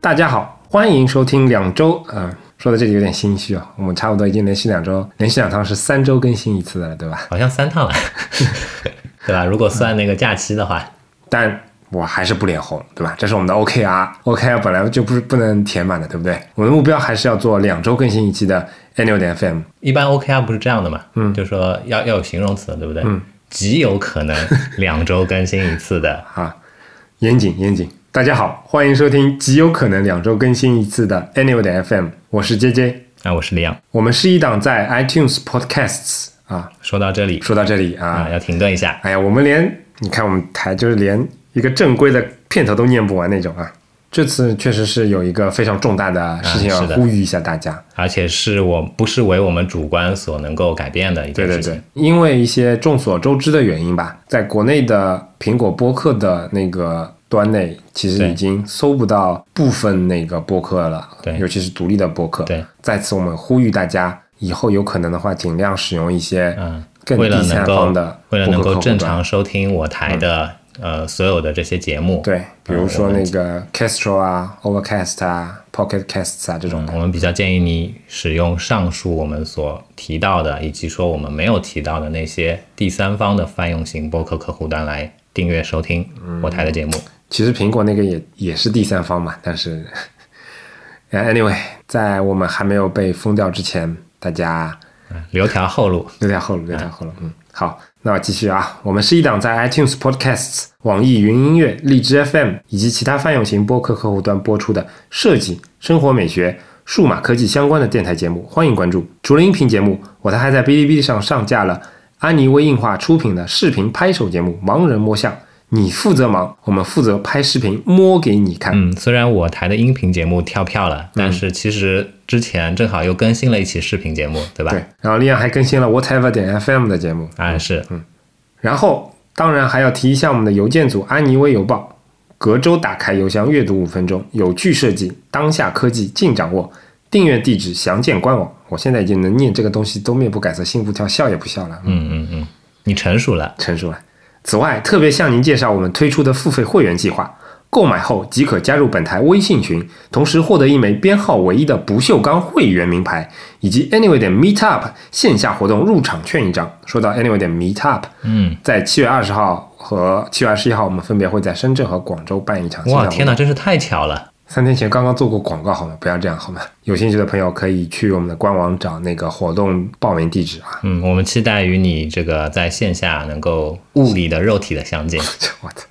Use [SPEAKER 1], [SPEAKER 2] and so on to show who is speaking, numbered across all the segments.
[SPEAKER 1] 大家好，欢迎收听两周啊、说到这里有点心虚啊、我们差不多已经连续两周，连续两趟是三周更新一次的了，对吧？
[SPEAKER 2] 好像三趟 了，对吧？如果算那个假期的话，
[SPEAKER 1] 但我还是不脸红，对吧？这是我们的 OKR，OKR、本啊来就不是不能填满的，对不对？我们的目标还是要做两周更新一期的 Annual 点 FM。
[SPEAKER 2] 一般 OKR 不是这样的嘛？嗯，就说要要有形容词，对不对？嗯，极有可能两周更新一次的。
[SPEAKER 1] 啊，严谨严谨。大家好，欢迎收听极有可能两周更新一次的 Annual 点 FM，我是 JJ，
[SPEAKER 2] 啊，我是李阳。
[SPEAKER 1] 我们是一档在 iTunes Podcasts 啊。
[SPEAKER 2] 说到这里
[SPEAKER 1] 说到这里啊
[SPEAKER 2] 啊，，要停顿一下。
[SPEAKER 1] 哎呀，我们连你看我们台就是连一个正规的片头都念不完那种啊。这次确实是有一个非常重大的事情
[SPEAKER 2] 啊
[SPEAKER 1] 要
[SPEAKER 2] 是的
[SPEAKER 1] 呼吁一下大家，
[SPEAKER 2] 而且是我不是为我们主观所能够改变的一
[SPEAKER 1] 对
[SPEAKER 2] 件
[SPEAKER 1] 对
[SPEAKER 2] 事情。
[SPEAKER 1] 对，因为一些众所周知的原因吧，在国内的苹果播客的那个端内，其实
[SPEAKER 2] 对
[SPEAKER 1] 已经搜不到部分那个播客了，
[SPEAKER 2] 对
[SPEAKER 1] 尤其是独立的播客。
[SPEAKER 2] 对，
[SPEAKER 1] 在此我们呼吁大家，以后有可能的话，尽量使用一些
[SPEAKER 2] 嗯
[SPEAKER 1] 更
[SPEAKER 2] 为了
[SPEAKER 1] 第
[SPEAKER 2] 能
[SPEAKER 1] 三
[SPEAKER 2] 够
[SPEAKER 1] 方的
[SPEAKER 2] 为了能
[SPEAKER 1] 播客客
[SPEAKER 2] 够
[SPEAKER 1] 户
[SPEAKER 2] 正
[SPEAKER 1] 端
[SPEAKER 2] 常收听我台的、呃所有的这些节目，
[SPEAKER 1] 嗯对，比如
[SPEAKER 2] 嗯
[SPEAKER 1] 说
[SPEAKER 2] 我
[SPEAKER 1] 那
[SPEAKER 2] 们
[SPEAKER 1] 个 Castro 啊、Overcast 啊、Pocket Casts 啊这种
[SPEAKER 2] 嗯，
[SPEAKER 1] 的。
[SPEAKER 2] 我们比较建议你使用上述我们所提到的，以及说我们没有提到的那些第三方的泛用型播客客户端来订阅收听我台的节目。
[SPEAKER 1] 其实苹果那个也也是第三方嘛，但是 呃，anyway，在我们还没有被封掉之前，大家
[SPEAKER 2] 啊留条后路。
[SPEAKER 1] 留点后路，留点后路。嗯，好，那我继续啊。我们是一档在 iTunes Podcasts、网易云音乐、荔枝 FM 以及其他泛用型播客客户端播出的设计、生活美学、数码科技相关的电台节目，欢迎关注。除了音频节目，我台还在哔哩哔哩上上架了安妮微映画出品的视频拍手节目《盲人摸象》，你负责忙，我们负责拍视频摸给你看。
[SPEAKER 2] 嗯，虽然我台的音频节目跳票了，但是其实之前正好又更新了一期视频节目，对吧？
[SPEAKER 1] 对，然后丽阳还更新了 Whatever 点 FM 的节目，
[SPEAKER 2] 啊，是，
[SPEAKER 1] 然后，当然还要提一下我们的邮件组安妮微邮报，隔周打开邮箱阅读五分钟，有趣设计，当下科技尽掌握。订阅地址详见官网。我现在已经能念这个东西都面不改色心不跳笑也不笑了，嗯，
[SPEAKER 2] 嗯嗯嗯，你成熟了。
[SPEAKER 1] 陈述了。此外，特别向您介绍我们推出的付费会员计划，购买后即可加入本台微信群，同时获得一枚编号唯一的不锈钢会员名牌，以及 Anyway 点 Meetup 线下活动入场券一张。说到 Anyway 点 Meetup，
[SPEAKER 2] 嗯，
[SPEAKER 1] 在七月二十号和七月二十一号，我们分别会在深圳和广州办一场线
[SPEAKER 2] 哇，
[SPEAKER 1] 上
[SPEAKER 2] 天
[SPEAKER 1] 活
[SPEAKER 2] 哪，
[SPEAKER 1] 动！
[SPEAKER 2] 真是太巧了。
[SPEAKER 1] 三天前刚刚做过广告，好吗？不要这样，好吗？有兴趣的朋友可以去我们的官网找那个活动报名地址啊！
[SPEAKER 2] 嗯，我们期待与你这个在线下能够物理的、肉体的相见。
[SPEAKER 1] 我操，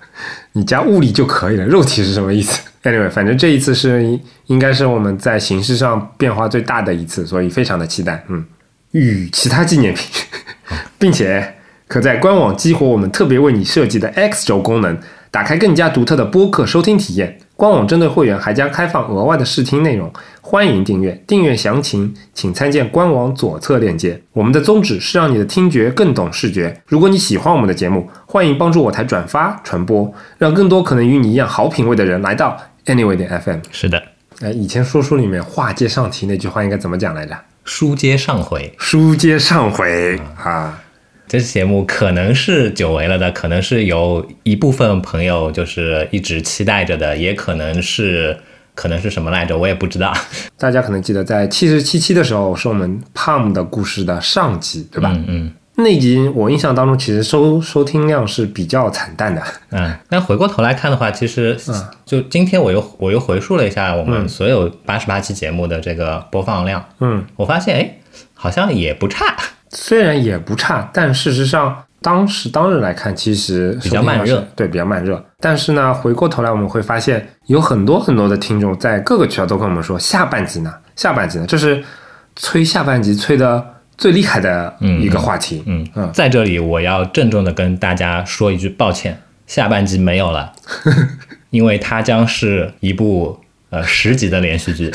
[SPEAKER 1] 你加物理就可以了，肉体是什么意思？Anyway，反正这一次是应该是我们在形式上变化最大的一次，所以非常的期待。嗯，与其他纪念品，并且可在官网激活我们特别为你设计的 X 轴功能，打开更加独特的播客收听体验。官网针对会员还将开放额外的试听内容，欢迎订阅。订阅详情请参见官网左侧链接。我们的宗旨是让你的听觉更懂视觉。如果你喜欢我们的节目，欢迎帮助我台转发传播，让更多可能与你一样好品味的人来到 Anyway 点 FM。
[SPEAKER 2] 是的，
[SPEAKER 1] 哎，以前说书里面“话接上题”那句话应该怎么讲来着？
[SPEAKER 2] 书接上回，
[SPEAKER 1] 书接上回啊，
[SPEAKER 2] 这期节目可能是久违了的，可能是有一部分朋友就是一直期待着的，也可能是可能是什么来着，我也不知道。
[SPEAKER 1] 大家可能记得在七十七期的时候是我们 Palm 的故事的上集，对吧？
[SPEAKER 2] 嗯嗯
[SPEAKER 1] 那集我印象当中，其实收收听量是比较惨淡 的。
[SPEAKER 2] 嗯。但回过头来看的话，其实就今天我又我又回溯了一下我们所有八十八期节目的这个播放量，
[SPEAKER 1] 嗯，
[SPEAKER 2] 我发现哎，好像也不差，
[SPEAKER 1] 虽然也不差，但事实上当时当日来看，其实
[SPEAKER 2] 比较慢
[SPEAKER 1] 收
[SPEAKER 2] 热
[SPEAKER 1] 听量是，对，比较慢热。但是呢，回过头来我们会发现，有很多很多的听众在各个渠道都跟我们说，下半集呢，下半集呢，这是催下半集催的最厉害的一个话题。
[SPEAKER 2] 嗯
[SPEAKER 1] 嗯
[SPEAKER 2] 在这里我要郑重的跟大家说一句抱歉，下半集没有了，因为它将是一部呃十集的连续剧。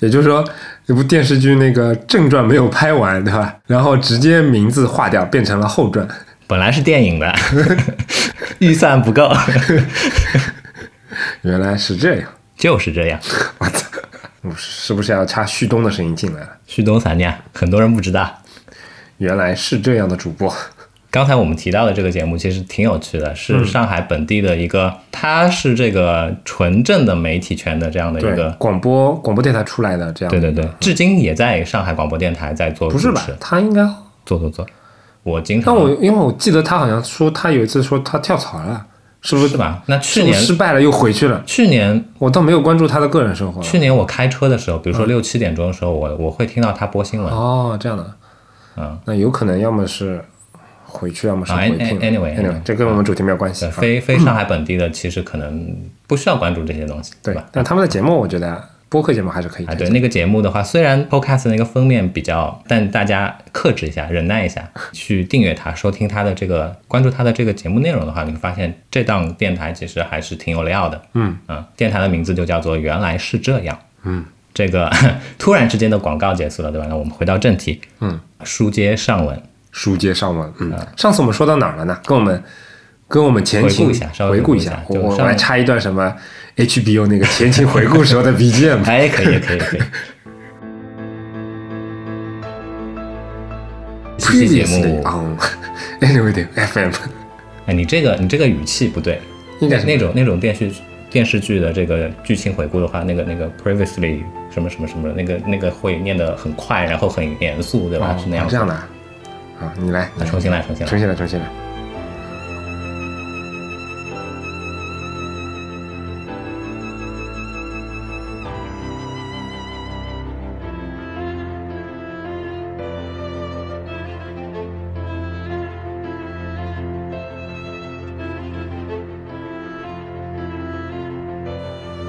[SPEAKER 1] 也就是说，这部电视剧那个正传没有拍完，对吧？然后直接名字划掉，变成了后传。
[SPEAKER 2] 本来是电影的， 预算不 够，
[SPEAKER 1] 原来是这样，
[SPEAKER 2] 就是这样。
[SPEAKER 1] 我操！我是不是要插旭东的声音进来了？
[SPEAKER 2] 旭东三年，很多人不知道，
[SPEAKER 1] 原来是这样的主播，
[SPEAKER 2] 刚才我们提到的这个节目其实挺有趣的，是上海本地的一个，它是这个纯正的媒体圈的这样的一
[SPEAKER 1] 对
[SPEAKER 2] 个，
[SPEAKER 1] 广播广播电台出来的这样，
[SPEAKER 2] 对对对，至今也在上海广播电台在做
[SPEAKER 1] 不是
[SPEAKER 2] 主持，
[SPEAKER 1] 吧？他应该，
[SPEAKER 2] 做做做，我经
[SPEAKER 1] 但
[SPEAKER 2] 常
[SPEAKER 1] 我因为我记得他好像说他有一次说他跳槽了，是不
[SPEAKER 2] 是吧？那去
[SPEAKER 1] 是不
[SPEAKER 2] 年
[SPEAKER 1] 是失败了又回去了？
[SPEAKER 2] 去年
[SPEAKER 1] 我倒没有关注他的个人生活了。
[SPEAKER 2] 去年我开车的时候，比如说六七点钟的时候，我我会听到他播新闻。
[SPEAKER 1] 嗯哦，这样的，
[SPEAKER 2] 嗯，
[SPEAKER 1] 那有可能要么是回去，要么是
[SPEAKER 2] 啊
[SPEAKER 1] 回聘。
[SPEAKER 2] ，any- anyway，
[SPEAKER 1] anyway，这跟我们主题没有关系
[SPEAKER 2] 对。呃非非上海本地的，其实可能不需要关注这些东西，
[SPEAKER 1] 对
[SPEAKER 2] 吧？，
[SPEAKER 1] 但他们的节目，我觉得播客节目还是可以
[SPEAKER 2] 啊，
[SPEAKER 1] 推
[SPEAKER 2] 对
[SPEAKER 1] 荐。
[SPEAKER 2] 那个节目的话，虽然 Podcast 那个封
[SPEAKER 1] 嗯
[SPEAKER 2] 面比较，但大家克制一下，忍耐一下，去订阅它，收听它的这个，关注它的这个节目内容的话，你会发现这档电台其实还是挺有料的。
[SPEAKER 1] 嗯
[SPEAKER 2] 嗯，电台的名字就叫做《原来是这样》。
[SPEAKER 1] 嗯，
[SPEAKER 2] 这个 突然之间的广告结束了，对吧？那我们回到正题。
[SPEAKER 1] 嗯，
[SPEAKER 2] 书接上文，
[SPEAKER 1] 书接上文，嗯，上次我们说到哪儿了呢？跟我们跟我们前情
[SPEAKER 2] 啊回顾一下稍微
[SPEAKER 1] 回顾
[SPEAKER 2] 回顾
[SPEAKER 1] 一
[SPEAKER 2] 一
[SPEAKER 1] 下
[SPEAKER 2] 下，
[SPEAKER 1] 我
[SPEAKER 2] 就
[SPEAKER 1] 我
[SPEAKER 2] 上
[SPEAKER 1] 来插一段什么 HBO 那个前情回顾时候的 BGM。
[SPEAKER 2] 哎，可以，可以，可以。这
[SPEAKER 1] 啊
[SPEAKER 2] 期 哎节
[SPEAKER 1] Previously
[SPEAKER 2] 目，
[SPEAKER 1] on Anyway 的 FM，
[SPEAKER 2] 哎，你这个你这个语气不对，
[SPEAKER 1] 应该是
[SPEAKER 2] 那种那种电视电视剧的这个剧情回顾的话，那个那个 previously 什么什么什么，那个那个会念得很快，然后很严肃，对吧？是那样
[SPEAKER 1] 这
[SPEAKER 2] 子。
[SPEAKER 1] 样的啊。好，你来，
[SPEAKER 2] 那重新来，重新来
[SPEAKER 1] 重。新来，重新来。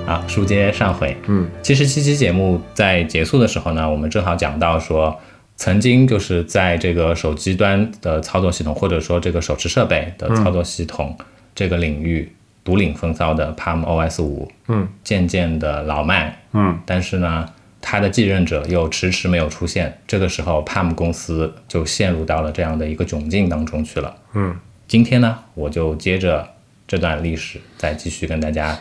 [SPEAKER 2] 啊，书接上回，
[SPEAKER 1] 嗯，
[SPEAKER 2] 其实七期节目在结束的时候呢，我们正好讲到说，曾经就是在这个手机端的操作系统，或者说这个手持设备的操作系统、这个领域独领风骚的 Palm OS 五，
[SPEAKER 1] 嗯，
[SPEAKER 2] 渐渐的老迈，
[SPEAKER 1] 嗯，
[SPEAKER 2] 但是呢。它的继任者又迟迟没有出现，这个时候 Palm 公司就陷入到了这样的一个窘境当中去了。
[SPEAKER 1] 嗯，
[SPEAKER 2] 今天呢，我就接着这段历史，再继续跟大家，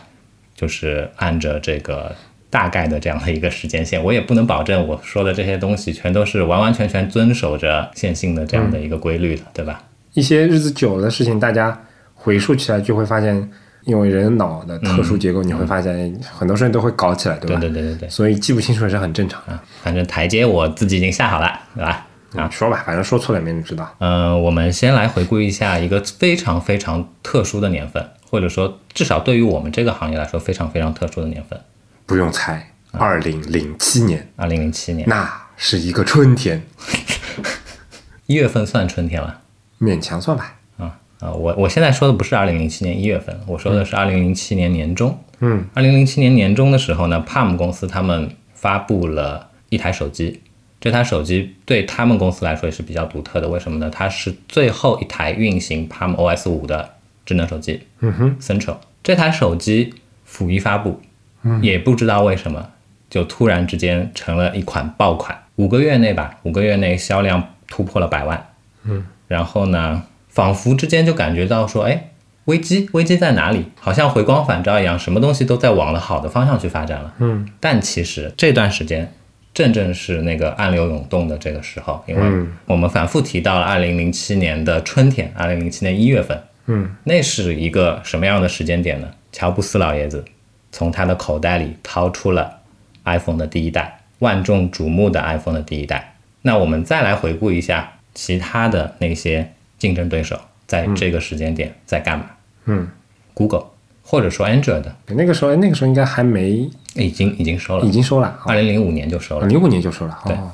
[SPEAKER 2] 就是按着这个大概的这样的一个时间线，我也不能保证我说的这些东西全都是完完全全遵守着线性的这样的一个规律的，对吧？
[SPEAKER 1] 一些日子久了的事情，大家回溯起来就会发现，因为人脑的特殊结构，你会发现很多事情都会搞起来，对
[SPEAKER 2] 对
[SPEAKER 1] 吧？
[SPEAKER 2] 嗯对对对对，
[SPEAKER 1] 所以记不清楚也是很正常的。
[SPEAKER 2] 啊，反正台阶我自己已经下好了，对吧？
[SPEAKER 1] 啊，说吧，反正说错了也没人知道。
[SPEAKER 2] 嗯，我们先来回顾一下一个非常非常特殊的年份，或者说至少对于我们这个行业来说非常非常特殊的年份，
[SPEAKER 1] 不用猜，二零零七年，
[SPEAKER 2] 二零零七年
[SPEAKER 1] 那是一个春天，
[SPEAKER 2] 一月份算春天了。
[SPEAKER 1] 勉强算吧。
[SPEAKER 2] 啊啊，我我现在说的不是二零零七年一月份，我说的是二零零七年年中。
[SPEAKER 1] 嗯，
[SPEAKER 2] 二零零七年年中的时候呢，Palm 公司他们发布了一台手机，这台手机对他们公司来说也是比较独特的。为什么呢？它是最后一台运行 Palm OS 五的智能手机。嗯哼，Central 这台手机甫一发布，也不知道为什么，就突然之间成了一款爆款。五个月内吧，五个月内销量突破了百万。然后呢，仿佛之间就感觉到说，哎，危机，危机在哪里？好像回光返照一样，什么东西都在往了好的方向去发展了。嗯，但其实这段时间正正是那个暗流涌动的这个时候，因为我们反复提到了2007年的春天，2 0 0 7年一月份，
[SPEAKER 1] 嗯，
[SPEAKER 2] 那是一个什么样的时间点呢？乔布斯老爷子从他的口袋里掏出了 iPhone 的第一代，万众瞩目的 iPhone 的第一代。那我们再来回顾一下其他的那些竞争对手在这个时间点在干嘛、
[SPEAKER 1] 嗯，
[SPEAKER 2] g o o g l e 或者说 Android
[SPEAKER 1] 那个时候，那个时候应该还没，
[SPEAKER 2] 已经已经收了
[SPEAKER 1] 已，经收了，啊
[SPEAKER 2] 二零零五年就收了。
[SPEAKER 1] 零五年就收了。哦，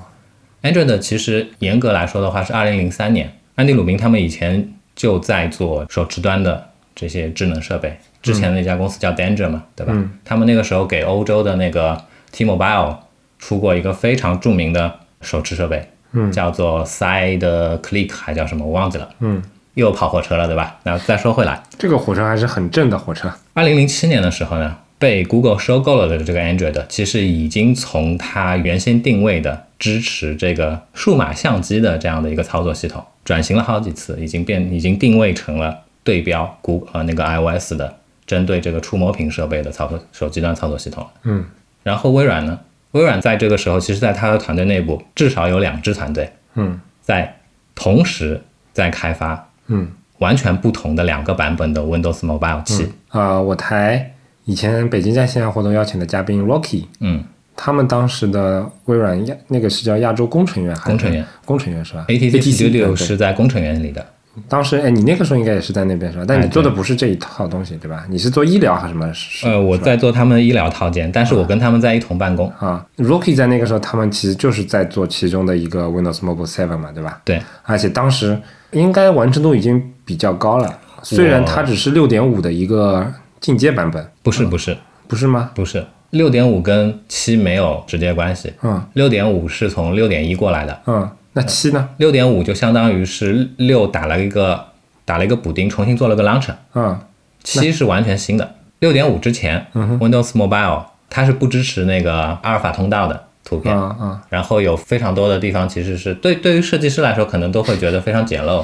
[SPEAKER 2] Android 其实严格来说的话是二零零三年，安迪鲁宾他们以前就在做手持端的这些智能设备，之前那家公司叫 Danger 嘛，对吧？他们那个时候给欧洲的那个 T-Mobile 出过一个非常著名的手持设备，叫做 Side Click 还叫什么我忘记了，
[SPEAKER 1] 嗯，
[SPEAKER 2] 又跑火车了，对吧？那再说回来，
[SPEAKER 1] 这个火车还是很正的火车。
[SPEAKER 2] 二零零七年的时候呢，被 Google 收购了的这个 Android，其实已经从它原先定位的支持这个数码相机的这样的一个操作系统，转型了好几次，已经变已经定位成了对标 Google 呃那个 iOS 的针对这个触摸屏设备的操作手机端操作系统了。
[SPEAKER 1] 嗯，
[SPEAKER 2] 然后微软呢，微软在这个时候，其实在它的团队内部至少有两支团队
[SPEAKER 1] 嗯
[SPEAKER 2] 在同时在开发
[SPEAKER 1] 嗯，
[SPEAKER 2] 完全不同的两个版本的 Windows Mobile 七。
[SPEAKER 1] 啊、我台以前北京站线下活动邀请的嘉宾 Rocky，
[SPEAKER 2] 嗯
[SPEAKER 1] 他们当时的微软亚那个是叫亚洲工程院还是
[SPEAKER 2] 工程院？
[SPEAKER 1] 工程院是吧
[SPEAKER 2] ATC Studio
[SPEAKER 1] 对
[SPEAKER 2] 是在工程院里的，
[SPEAKER 1] 当时哎，你那个时候应该也是在那边是吧？但
[SPEAKER 2] 哎
[SPEAKER 1] 你做的不是这一套东西对吧？你是做医疗还是什么？是
[SPEAKER 2] 呃，我在做他们的医疗套件，但是我跟他们在一同办公。
[SPEAKER 1] 啊，Rocky 在那个时候他们其实就是在做其中的一个 Windows Mobile 7嘛，对吧？
[SPEAKER 2] 对，
[SPEAKER 1] 而且当时应该完成度已经比较高了，虽然它只是六点五的一个进阶版本，
[SPEAKER 2] 不是不是
[SPEAKER 1] 不是吗？
[SPEAKER 2] 不是，六点五跟七没有直接关系。
[SPEAKER 1] 嗯
[SPEAKER 2] 六点五是从六点一过来的，
[SPEAKER 1] 嗯，那七呢？
[SPEAKER 2] 六点五就相当于是六打了一个打了一个补丁，重新做了个 launcher。
[SPEAKER 1] 嗯
[SPEAKER 2] 七是完全新的，六点五之前、w i n d o w s Mobile 它是不支持那个阿尔法通道的图
[SPEAKER 1] 啊
[SPEAKER 2] 片，
[SPEAKER 1] 啊
[SPEAKER 2] 然后有非常多的地方其实是对对于设计师来说可能都会觉得非常简陋，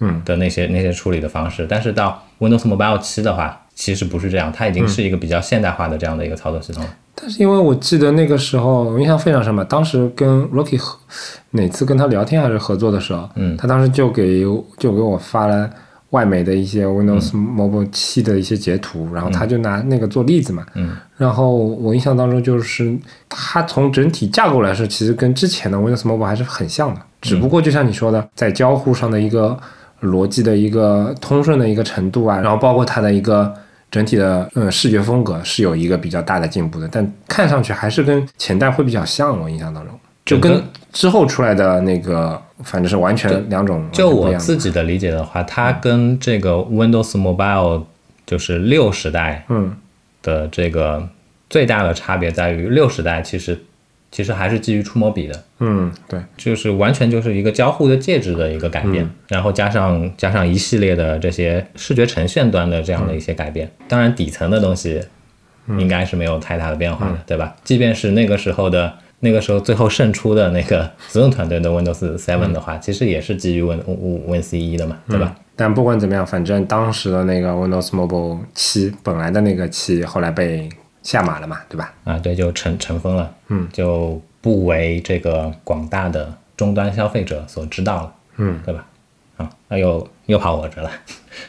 [SPEAKER 1] 嗯
[SPEAKER 2] 的那些那些处理的方式，但是到 Windows Mobile 七的话，其实不是这样，它已经是一个比较现代化的这样的一个操作系统了。
[SPEAKER 1] 但是因为我记得那个时候我印象非常深嘛，当时跟 Rocky 合哪次跟他聊天还是合作的时候，
[SPEAKER 2] 嗯
[SPEAKER 1] 他当时就给就给我发了外媒的一些 Windows Mobile 七的一些截图，然后他就拿那个做例子嘛，
[SPEAKER 2] 嗯，
[SPEAKER 1] 然后我印象当中就是它从整体架构来说，其实跟之前的 Windows Mobile 还是很像的，
[SPEAKER 2] 嗯
[SPEAKER 1] 只不过就像你说的，在交互上的一个逻辑的一个通顺的一个程度
[SPEAKER 2] 嗯
[SPEAKER 1] 啊，然后包括它的一个整体的呃视觉风格是有一个比较大的进步的，但看上去还是跟前代会比较像，我印象当中。就
[SPEAKER 2] 整
[SPEAKER 1] 跟
[SPEAKER 2] 个
[SPEAKER 1] 之后出来的那个，反正是完全两种
[SPEAKER 2] 就
[SPEAKER 1] 完全不一
[SPEAKER 2] 我
[SPEAKER 1] 样的
[SPEAKER 2] 自己的理解的话，它跟这个 Windows Mobile 就是六时代
[SPEAKER 1] 嗯
[SPEAKER 2] 的这个最大的差别在于，六时代其实其实还是基于触摸笔的，
[SPEAKER 1] 嗯对
[SPEAKER 2] 就是完全就是一个交互的介质的一个改变，然后加上加上一系列的这些视觉呈现端的这样的一些改变，当然底层的东西应该是没有太大的变化的，对吧？即便是那个时候的那个时候最后胜出的那个 Zoom 团队的 Windows Seven 的话，其实也是基于 Win Win Win C 一的嘛，对吧？
[SPEAKER 1] 但不管怎么样，反正当时的那个 Windows Mobile 七本来的那个七，后来被下马了嘛，对吧？
[SPEAKER 2] 啊，对，就尘尘封了，
[SPEAKER 1] 嗯，
[SPEAKER 2] 就不为这个广大的终端消费者所知道了，
[SPEAKER 1] 嗯，
[SPEAKER 2] 对吧？啊，那又又跑我这了，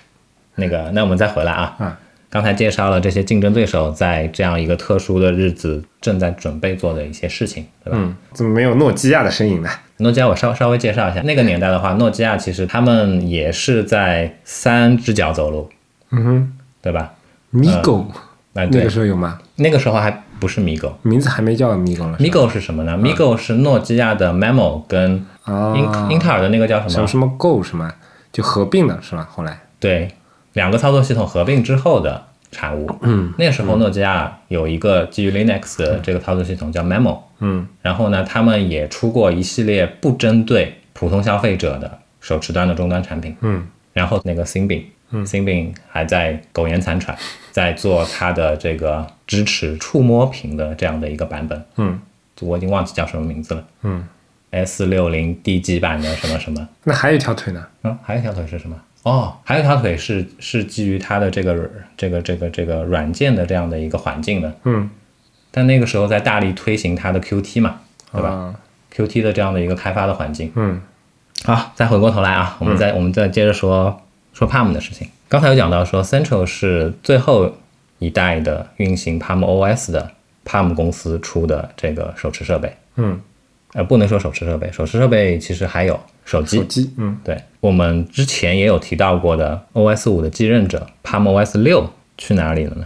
[SPEAKER 2] 那个，那我们再回来啊，
[SPEAKER 1] 啊，
[SPEAKER 2] 刚才介绍了这些竞争对手在这样一个特殊的日子正在准备做的一些事情，对吧？
[SPEAKER 1] 嗯，怎么没有诺基亚的身影呢？
[SPEAKER 2] 诺基亚，我稍稍微介绍一下，那个年代的话，诺基亚其实他们也是在三只脚走路，
[SPEAKER 1] 嗯哼
[SPEAKER 2] 对吧？
[SPEAKER 1] ，Migo、
[SPEAKER 2] 那
[SPEAKER 1] 那
[SPEAKER 2] 哎对
[SPEAKER 1] 个，时候有吗？
[SPEAKER 2] 那个时候还不是米狗，
[SPEAKER 1] 名字还没叫 Migo 呢。
[SPEAKER 2] Migo 是什么呢？Migo 是诺基亚的 Memo 跟英、
[SPEAKER 1] 啊，
[SPEAKER 2] 英特尔的那个叫什
[SPEAKER 1] 什么
[SPEAKER 2] 么？
[SPEAKER 1] 什么 Go 是吗？就合并了是吧？后来，
[SPEAKER 2] 对，两个操作系统合并之后的产物。嗯，那时候诺基亚有一个基于 Linux 的这个操作系统叫 Memo，
[SPEAKER 1] 嗯
[SPEAKER 2] 然后呢，他们也出过一系列不针对普通消费者的手持端的终端产品。
[SPEAKER 1] 嗯
[SPEAKER 2] 然后那个 Sinbin，嗯，Sinbin 还在苟延残喘，在做它的这个支持触摸屏的这样的一个版本，
[SPEAKER 1] 嗯
[SPEAKER 2] 我已经忘记叫什么名字了。
[SPEAKER 1] 嗯，
[SPEAKER 2] S 六零 D 级版的什么什么，
[SPEAKER 1] 那还有一条腿呢？
[SPEAKER 2] 嗯，还有一条腿是什么？哦，还有一条腿是是基于它的这个这个这个这个软件的这样的一个环境的，
[SPEAKER 1] 嗯，
[SPEAKER 2] 但那个时候在大力推行它的 QT 嘛，对吧、
[SPEAKER 1] 吧？
[SPEAKER 2] q t 的这样的一个开发的环境。
[SPEAKER 1] 嗯
[SPEAKER 2] 好，再回过头来啊，我们再、我们再接着说说 Palm 的事情。刚才有讲到说，Central 是最后一代的运行 Palm OS 的 Palm 公司出的这个手持设备，
[SPEAKER 1] 嗯，
[SPEAKER 2] 呃，不能说手持设备，手持设备其实还有手机
[SPEAKER 1] 手，机，嗯
[SPEAKER 2] 对我们之前也有提到过的 OS 五的继任者 Palm OS 六去哪里了呢？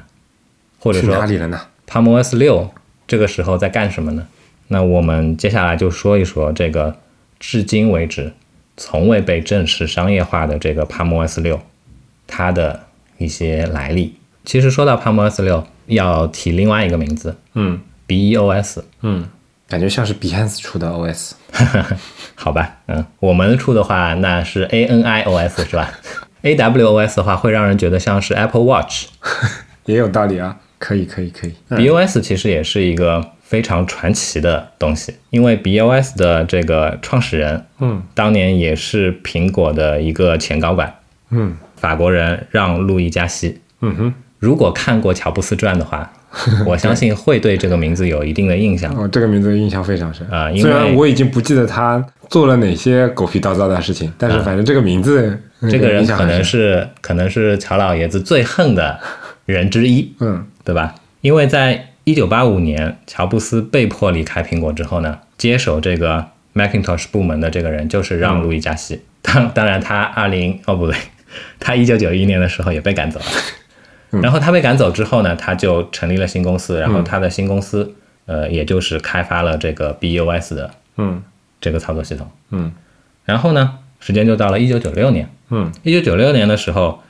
[SPEAKER 2] 或者
[SPEAKER 1] 去
[SPEAKER 2] 说
[SPEAKER 1] 哪里了呢？
[SPEAKER 2] Palm OS 六这个时候在干什么呢？那我们接下来就说一说这个至今为止从未被正式商业化的这个 Palm OS 六它的一些来历。其实说到 Palm OS 六，要提另外一个名字 E
[SPEAKER 1] 嗯
[SPEAKER 2] BEOS，
[SPEAKER 1] 嗯，感觉像是 Behance 出的 OS。
[SPEAKER 2] 好吧，嗯，我们出的话那是 A N I O S 是吧？A W O S 的话会让人觉得像是 Apple Watch。
[SPEAKER 1] 也有道理啊，可以可以可以。嗯
[SPEAKER 2] BOS 其实也是一个非常传奇的东西，因为 BOS 的这个创始人，
[SPEAKER 1] 嗯，
[SPEAKER 2] 当年也是苹果的一个前高管，
[SPEAKER 1] 嗯
[SPEAKER 2] 法国人让路易加西。
[SPEAKER 1] 嗯哼，
[SPEAKER 2] 如果看过《乔布斯传》的话，我相信会对这个名字有一定的印象。
[SPEAKER 1] 哦我这个名字印象非常深
[SPEAKER 2] 啊因为
[SPEAKER 1] 虽然我已经不记得他做了哪些狗屁叨叨的事情，但是反正这个名字
[SPEAKER 2] 啊这个人可能是可能是乔老爷子最恨的人之一，
[SPEAKER 1] 嗯，
[SPEAKER 2] 对吧？因为在一九八五年，乔布斯被迫离开苹果之后呢，接手这个 Macintosh 部门的这个人就是让·路易加西。 当当然，他二零哦不对，他一九九一年的时候也被赶走了。
[SPEAKER 1] 嗯
[SPEAKER 2] 然后他被赶走之后呢，他就成立了新公司，然后他的新公司、呃，也就是开发了这个 BUS 的
[SPEAKER 1] 嗯
[SPEAKER 2] 这个操作系统。
[SPEAKER 1] 嗯
[SPEAKER 2] 然后呢，时间就到了一九九六年。
[SPEAKER 1] 嗯
[SPEAKER 2] 一九九六年的时候，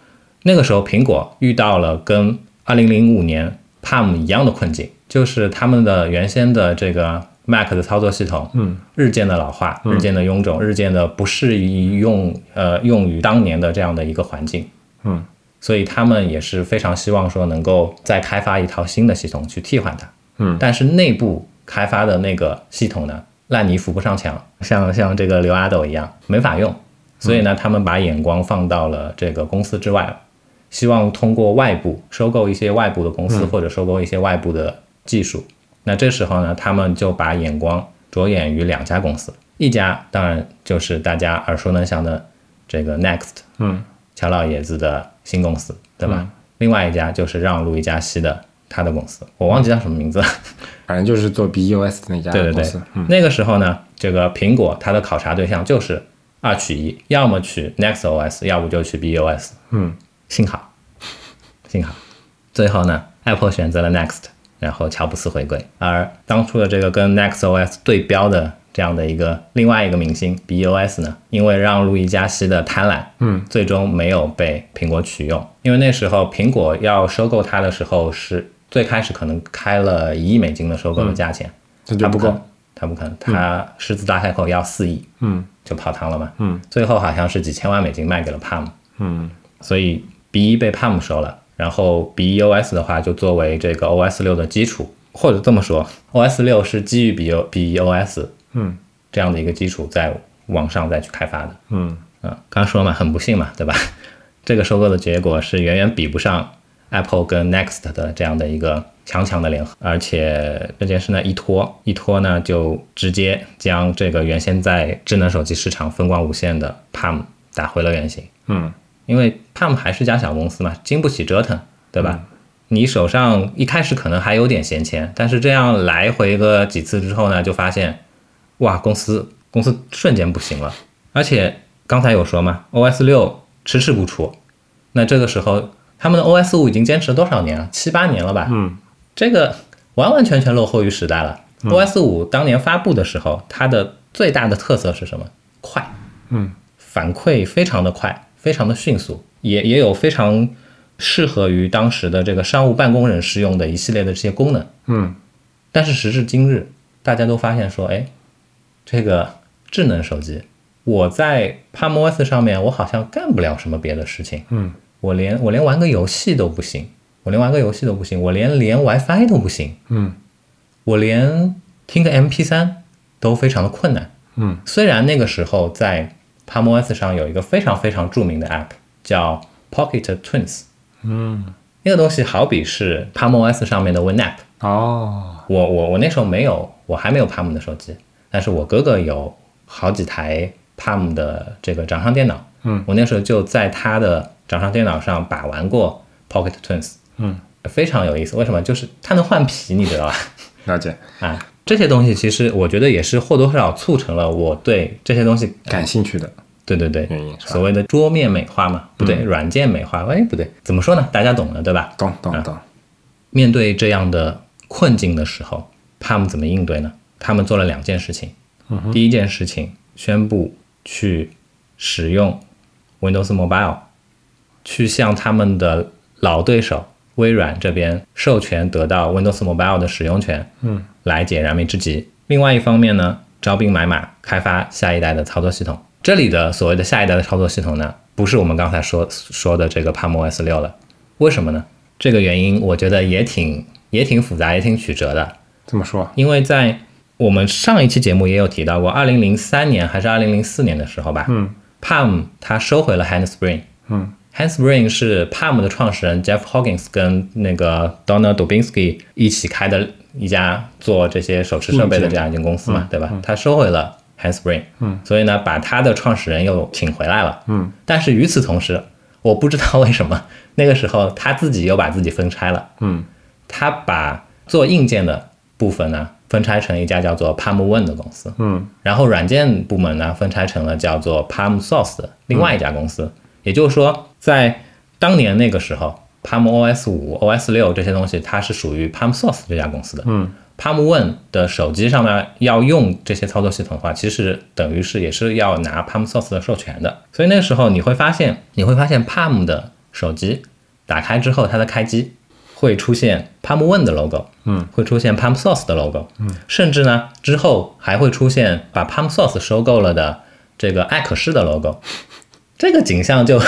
[SPEAKER 2] 那个时候苹果遇到了跟二零零五年 Palm 一样的困境，就是他们的原先的这个 Mac 的操作系统，
[SPEAKER 1] 嗯，
[SPEAKER 2] 日渐的老化，日渐的臃肿，日渐的不适宜用呃用于当年的这样的一个环境，
[SPEAKER 1] 嗯
[SPEAKER 2] 所以他们也是非常希望说能够再开发一套新的系统去替换它。
[SPEAKER 1] 嗯
[SPEAKER 2] 但是内部开发的那个系统呢，烂泥扶不上墙，像像这个刘阿斗一样没法用，所
[SPEAKER 1] 嗯
[SPEAKER 2] 以呢，他们把眼光放到了这个公司之外了，希望通过外部收购一些外部的公
[SPEAKER 1] 嗯
[SPEAKER 2] 司、或者收购一些外部的技术。那这时候呢，他们就把眼光着眼于两家公司，一家当然就是大家耳熟能详的这个 Next
[SPEAKER 1] 嗯
[SPEAKER 2] 乔老爷子的新公司，对吧？另外一家就是让路易加西的他的公司，我忘记叫什么名字了。
[SPEAKER 1] 反正就是做 BUS 的那家
[SPEAKER 2] 对对
[SPEAKER 1] 公
[SPEAKER 2] 对
[SPEAKER 1] 司，，嗯
[SPEAKER 2] 那个时候呢，这个苹果它的考察对象就是二取一，要么取 NextOS，要不就取 BOS。
[SPEAKER 1] 嗯，
[SPEAKER 2] 幸好，幸好，最后呢，Apple 选择了 Next，然后乔布斯回归，而当初的这个跟 NextOS 对标的这样的一个另外一个明星 BOS 呢，因为让路易加西的贪婪，
[SPEAKER 1] 嗯，
[SPEAKER 2] 最终没有被苹果取用，因为那时候苹果要收购它的时候是。最开始可能开了一亿美金的收
[SPEAKER 1] 嗯
[SPEAKER 2] 购的价钱，
[SPEAKER 1] 这就不
[SPEAKER 2] 可
[SPEAKER 1] 够
[SPEAKER 2] 能，，他不可能，他狮子大开口要四亿，
[SPEAKER 1] 嗯
[SPEAKER 2] 就泡汤了嘛。
[SPEAKER 1] 嗯，
[SPEAKER 2] 最后好像是几千万美金卖给了 Palm，
[SPEAKER 1] 嗯
[SPEAKER 2] 所以 B 一被 Palm 收了，然后 BEOS 的话就作为这个 OS 六的基础，或者这么说，OS 六是基于 B O BEOS
[SPEAKER 1] 嗯
[SPEAKER 2] 这样的一个基础在往上再去开发的。
[SPEAKER 1] 嗯
[SPEAKER 2] 啊，刚说嘛，很不幸嘛，对吧？ 这个收购的结果是远远比不上 Apple 跟 Next 的这样的一个强强的联合，而且这件事呢一拖一拖呢，就直接将这个原先在智能手机市场风光无限的 Palm 打回了原形。
[SPEAKER 1] 嗯
[SPEAKER 2] 因为 Palm 还是家小公司嘛，经不起折腾，对吧？你手上一开始可能还有点闲钱，但是这样来回个几次之后呢，就发现，哇，公司公司瞬间不行了。而且刚才有说嘛，OS 六迟迟不出，那这个时候他们的 OS 五已经坚持了多少年了？七八年了吧？
[SPEAKER 1] 嗯，
[SPEAKER 2] 这个完完全全落后于时代了。OS 五当年发布的时候，它的最大的特色是什么？快。
[SPEAKER 1] 嗯
[SPEAKER 2] 反馈非常的快，非常的迅速，也也有非常适合于当时的这个商务办公人士用的一系列的这些功能。
[SPEAKER 1] 嗯
[SPEAKER 2] 但是时至今日，大家都发现说，哎，这个智能手机，我在 PalmOS 上面我好像干不了什么别的事情，
[SPEAKER 1] 嗯
[SPEAKER 2] 我连我连玩个游戏都不行，我连玩个游戏都不行，我连连 WiFi 都不行，
[SPEAKER 1] 嗯
[SPEAKER 2] 我连听个 MP3 都非常的困难。
[SPEAKER 1] 嗯
[SPEAKER 2] 虽然那个时候在 PalmOS 上有一个非常非常著名的 App 叫 Pocket Twins，
[SPEAKER 1] 嗯，
[SPEAKER 2] 那个东西好比是 PalmOS 上面的 WinApp。
[SPEAKER 1] 哦，
[SPEAKER 2] 我我我那时候没有，我还没有 Palm 的手机，但是我哥哥有好几台 Palm 的这个掌上电脑。
[SPEAKER 1] 嗯，
[SPEAKER 2] 我那时候就在他的掌上电脑上把玩过 Pocket Twins，
[SPEAKER 1] 嗯，
[SPEAKER 2] 非常有意思。为什么？就是它能换皮，你知道吧？
[SPEAKER 1] 了解，
[SPEAKER 2] 啊，这些东西其实我觉得也是或多或少促成了我对这些东西
[SPEAKER 1] 感兴趣的，
[SPEAKER 2] 对对对
[SPEAKER 1] 原因，嗯是吧嗯
[SPEAKER 2] 所谓的桌面美化嘛，不对，软件美化，哎，不对，怎么说呢？大家懂了对吧？
[SPEAKER 1] 懂懂懂，
[SPEAKER 2] 面对这样的困境的时候，他们怎么应对呢？他们做了两件事情。
[SPEAKER 1] 嗯
[SPEAKER 2] 第一件事情，宣布去使用 Windows Mobile，去向他们的老对手微软这边授权得到 Windows Mobile 的使用权，
[SPEAKER 1] 嗯，
[SPEAKER 2] 来解燃眉之急。另外一方面呢，招兵买马，开发下一代的操作系统。这里的所谓的下一代的操作系统呢，不是我们刚才说说的这个 PalmOS 六了，为什么呢？这个原因我觉得也挺也挺复杂，也挺曲折的。
[SPEAKER 1] 这么说，
[SPEAKER 2] 因为在我们上一期节目也有提到过，二零零三年还是二零零四年的时候吧，
[SPEAKER 1] 嗯
[SPEAKER 2] Palm 它收回了 Handspring。
[SPEAKER 1] 嗯
[SPEAKER 2] Handspring 是 Palm 的创始人 Jeff Hawkins 跟那个 Donna Dubinsky 一起开的一家做这些手持设备的这样一间公司嘛，对吧？他收回了 Handspring，嗯，所以呢，把它的创始人又请回来了，嗯，但是与此同时，我不知道为什么那个时候他自己又把自己分拆了，
[SPEAKER 1] 嗯，
[SPEAKER 2] 他把做硬件的部分呢分拆成一家叫做 Palm One 的公司，
[SPEAKER 1] 嗯，
[SPEAKER 2] 然后软件部门呢分拆成了叫做 Palm Source 的另外一家公司，
[SPEAKER 1] 嗯
[SPEAKER 2] 也就是说，在当年那个时候，Palm OS 五、OS 六这些东西，它是属于 Palm Source 这家公司的，
[SPEAKER 1] 嗯。
[SPEAKER 2] Palm One 的手机上面要用这些操作系统的话，其实等于是也是要拿 Palm Source 的授权的。所以那时候你会发现，你会发现 Palm 的手机打开之后，它的开机会出现 Palm One 的 logo，嗯，会出现 Palm Source 的 logo，嗯，甚至呢之后还会出现把 Palm Source 收购了的这个爱可视的 logo。这个景象 就，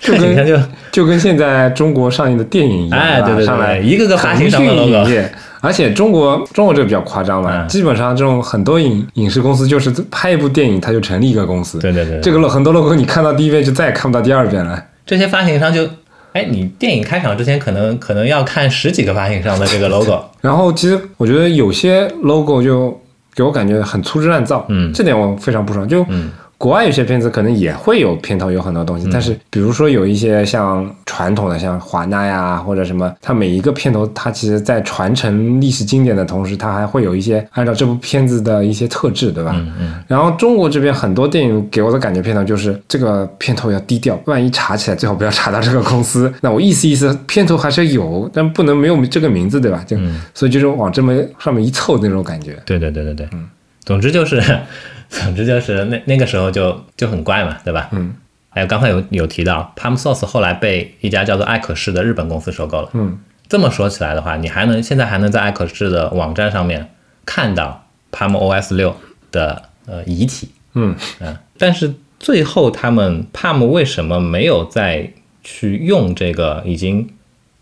[SPEAKER 2] 这个景象 就
[SPEAKER 1] 就跟现在中国上映的电影一样，
[SPEAKER 2] 哎
[SPEAKER 1] 是吧
[SPEAKER 2] 对对对
[SPEAKER 1] 上来
[SPEAKER 2] 一个个发行商的
[SPEAKER 1] 腾讯
[SPEAKER 2] logo
[SPEAKER 1] 影业，而且中国中国这个比较夸张了，
[SPEAKER 2] 嗯
[SPEAKER 1] 基本上这种很多影影视公司就是拍一部电影，它就成立一个公司。
[SPEAKER 2] 对对对对
[SPEAKER 1] 这个 lo- 很多 logo 你看到第一遍就再也看不到第二遍了。
[SPEAKER 2] 这些发行商就，哎，你电影开场之前可能可能要看十几个发行商的这个 logo，
[SPEAKER 1] 然后其实我觉得有些 logo 就给我感觉很粗制滥造，
[SPEAKER 2] 嗯
[SPEAKER 1] 这点我非常不爽。就
[SPEAKER 2] 嗯
[SPEAKER 1] 国外有些片子可能也会有片头有很多东西，但是比如说有一些像传统的像华纳呀或者什么，它每一个片头它其实在传承历史经典的同时，它还会有一些按照这部片子的一些特质，对吧？
[SPEAKER 2] 嗯嗯，
[SPEAKER 1] 然后中国这边很多电影给我的感觉片头就是这个片头要低调，万一查起来最好不要查到这个公司。那我意思意思，片头还是有，但不能没有这个名字，对吧？就、所以就是往这么上面一凑那种感觉。
[SPEAKER 2] 对对对对对，嗯，总之就是， 总之就是那那个时候就就很怪嘛，对吧？
[SPEAKER 1] 嗯，
[SPEAKER 2] 还有刚才有有提到，Palm Source 后来被一家叫做爱可视的日本公司收购了。
[SPEAKER 1] 嗯，
[SPEAKER 2] 这么说起来的话，你还能现在还能在爱可视的网站上面看到 Palm OS 六的呃遗体。
[SPEAKER 1] 嗯
[SPEAKER 2] 嗯，但是最后他们 Palm 为什么没有再去用这个已经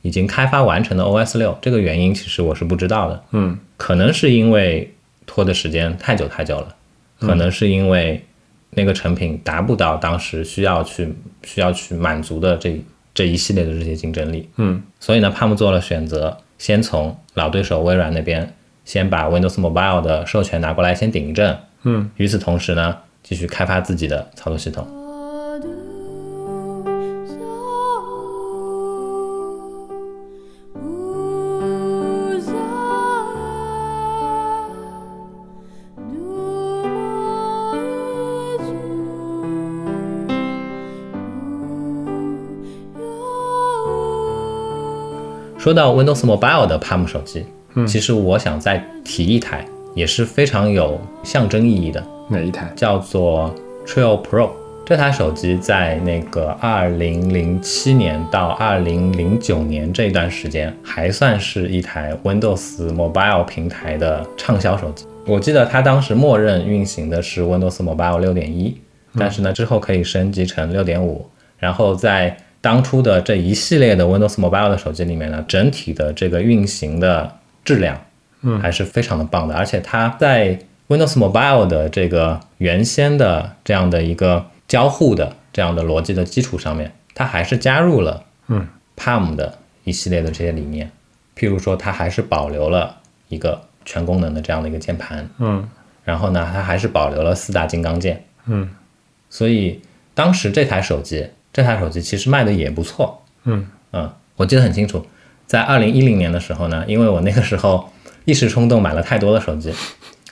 [SPEAKER 2] 已经开发完成的 OS 六？这个原因其实我是不知道的，
[SPEAKER 1] 嗯
[SPEAKER 2] 可能是因为拖的时间太久太久了，
[SPEAKER 1] 嗯
[SPEAKER 2] 可能是因为那个成品达不到当时需要去需要去满足的这这一系列的这些竞争力，
[SPEAKER 1] 嗯
[SPEAKER 2] 所以呢，Palm 做了选择，先从老对手微软那边先把 Windows Mobile 的授权拿过来，先顶一阵。
[SPEAKER 1] 嗯，
[SPEAKER 2] 与此同时呢，继续开发自己的操作系统。说到 Windows Mobile 的 Palm 手机，
[SPEAKER 1] 嗯
[SPEAKER 2] 其实我想再提一台，也是非常有象征意义的，
[SPEAKER 1] 哪一台？
[SPEAKER 2] 叫做 Trail Pro。这台手机在那个二零零七年到二零零九年这段时间，还算是一台 Windows Mobile 平台的畅销手机。我记得它当时默认运行的是 Windows Mobile 六点一，但是呢，之后可以升级成六点五。然后在当初的这一系列的 Windows Mobile 的手机里面呢，整体的这个运行的质量
[SPEAKER 1] 嗯
[SPEAKER 2] 还是非常的棒的，而且它在 Windows Mobile 的这个原先的这样的一个交互的这样的逻辑的基础上面，它还是加入了
[SPEAKER 1] 嗯
[SPEAKER 2] Palm 的一系列的这些理念，譬如说它还是保留了一个全功能的这样的一个键盘，
[SPEAKER 1] 嗯
[SPEAKER 2] 然后呢，它还是保留了四大金刚键，
[SPEAKER 1] 嗯
[SPEAKER 2] 所以当时这台手机，这台手机其实卖的也不错，
[SPEAKER 1] 嗯
[SPEAKER 2] 嗯，我记得很清楚，在二零一零年的时候呢，因为我那个时候一时冲动买了太多的手机，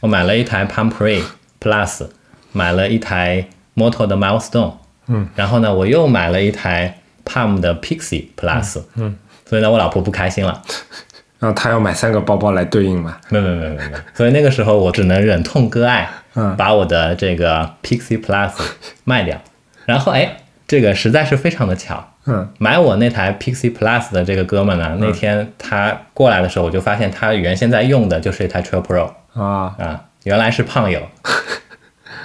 [SPEAKER 2] 我买了一台 Palm Pre Plus，买了一台 Moto 的 Milestone，
[SPEAKER 1] 嗯，
[SPEAKER 2] 然后呢，我又买了一台 Palm 的 Pixie Plus，嗯，所以呢，我老婆不开心了，
[SPEAKER 1] 然后啊他要买三个包包来对应嘛？
[SPEAKER 2] 没有没有没有没有没有，所以那个时候我只能忍痛割爱，
[SPEAKER 1] 嗯
[SPEAKER 2] 把我的这个 Pixie Plus 卖掉，然后哎，这个实在是非常的巧，
[SPEAKER 1] 嗯
[SPEAKER 2] 买我那台 Pixie Plus 的这个哥们呢，那天他过来的时候，我就发现他原先在用的就是一台 Trail Pro
[SPEAKER 1] 啊，
[SPEAKER 2] 啊，原来是 胖友，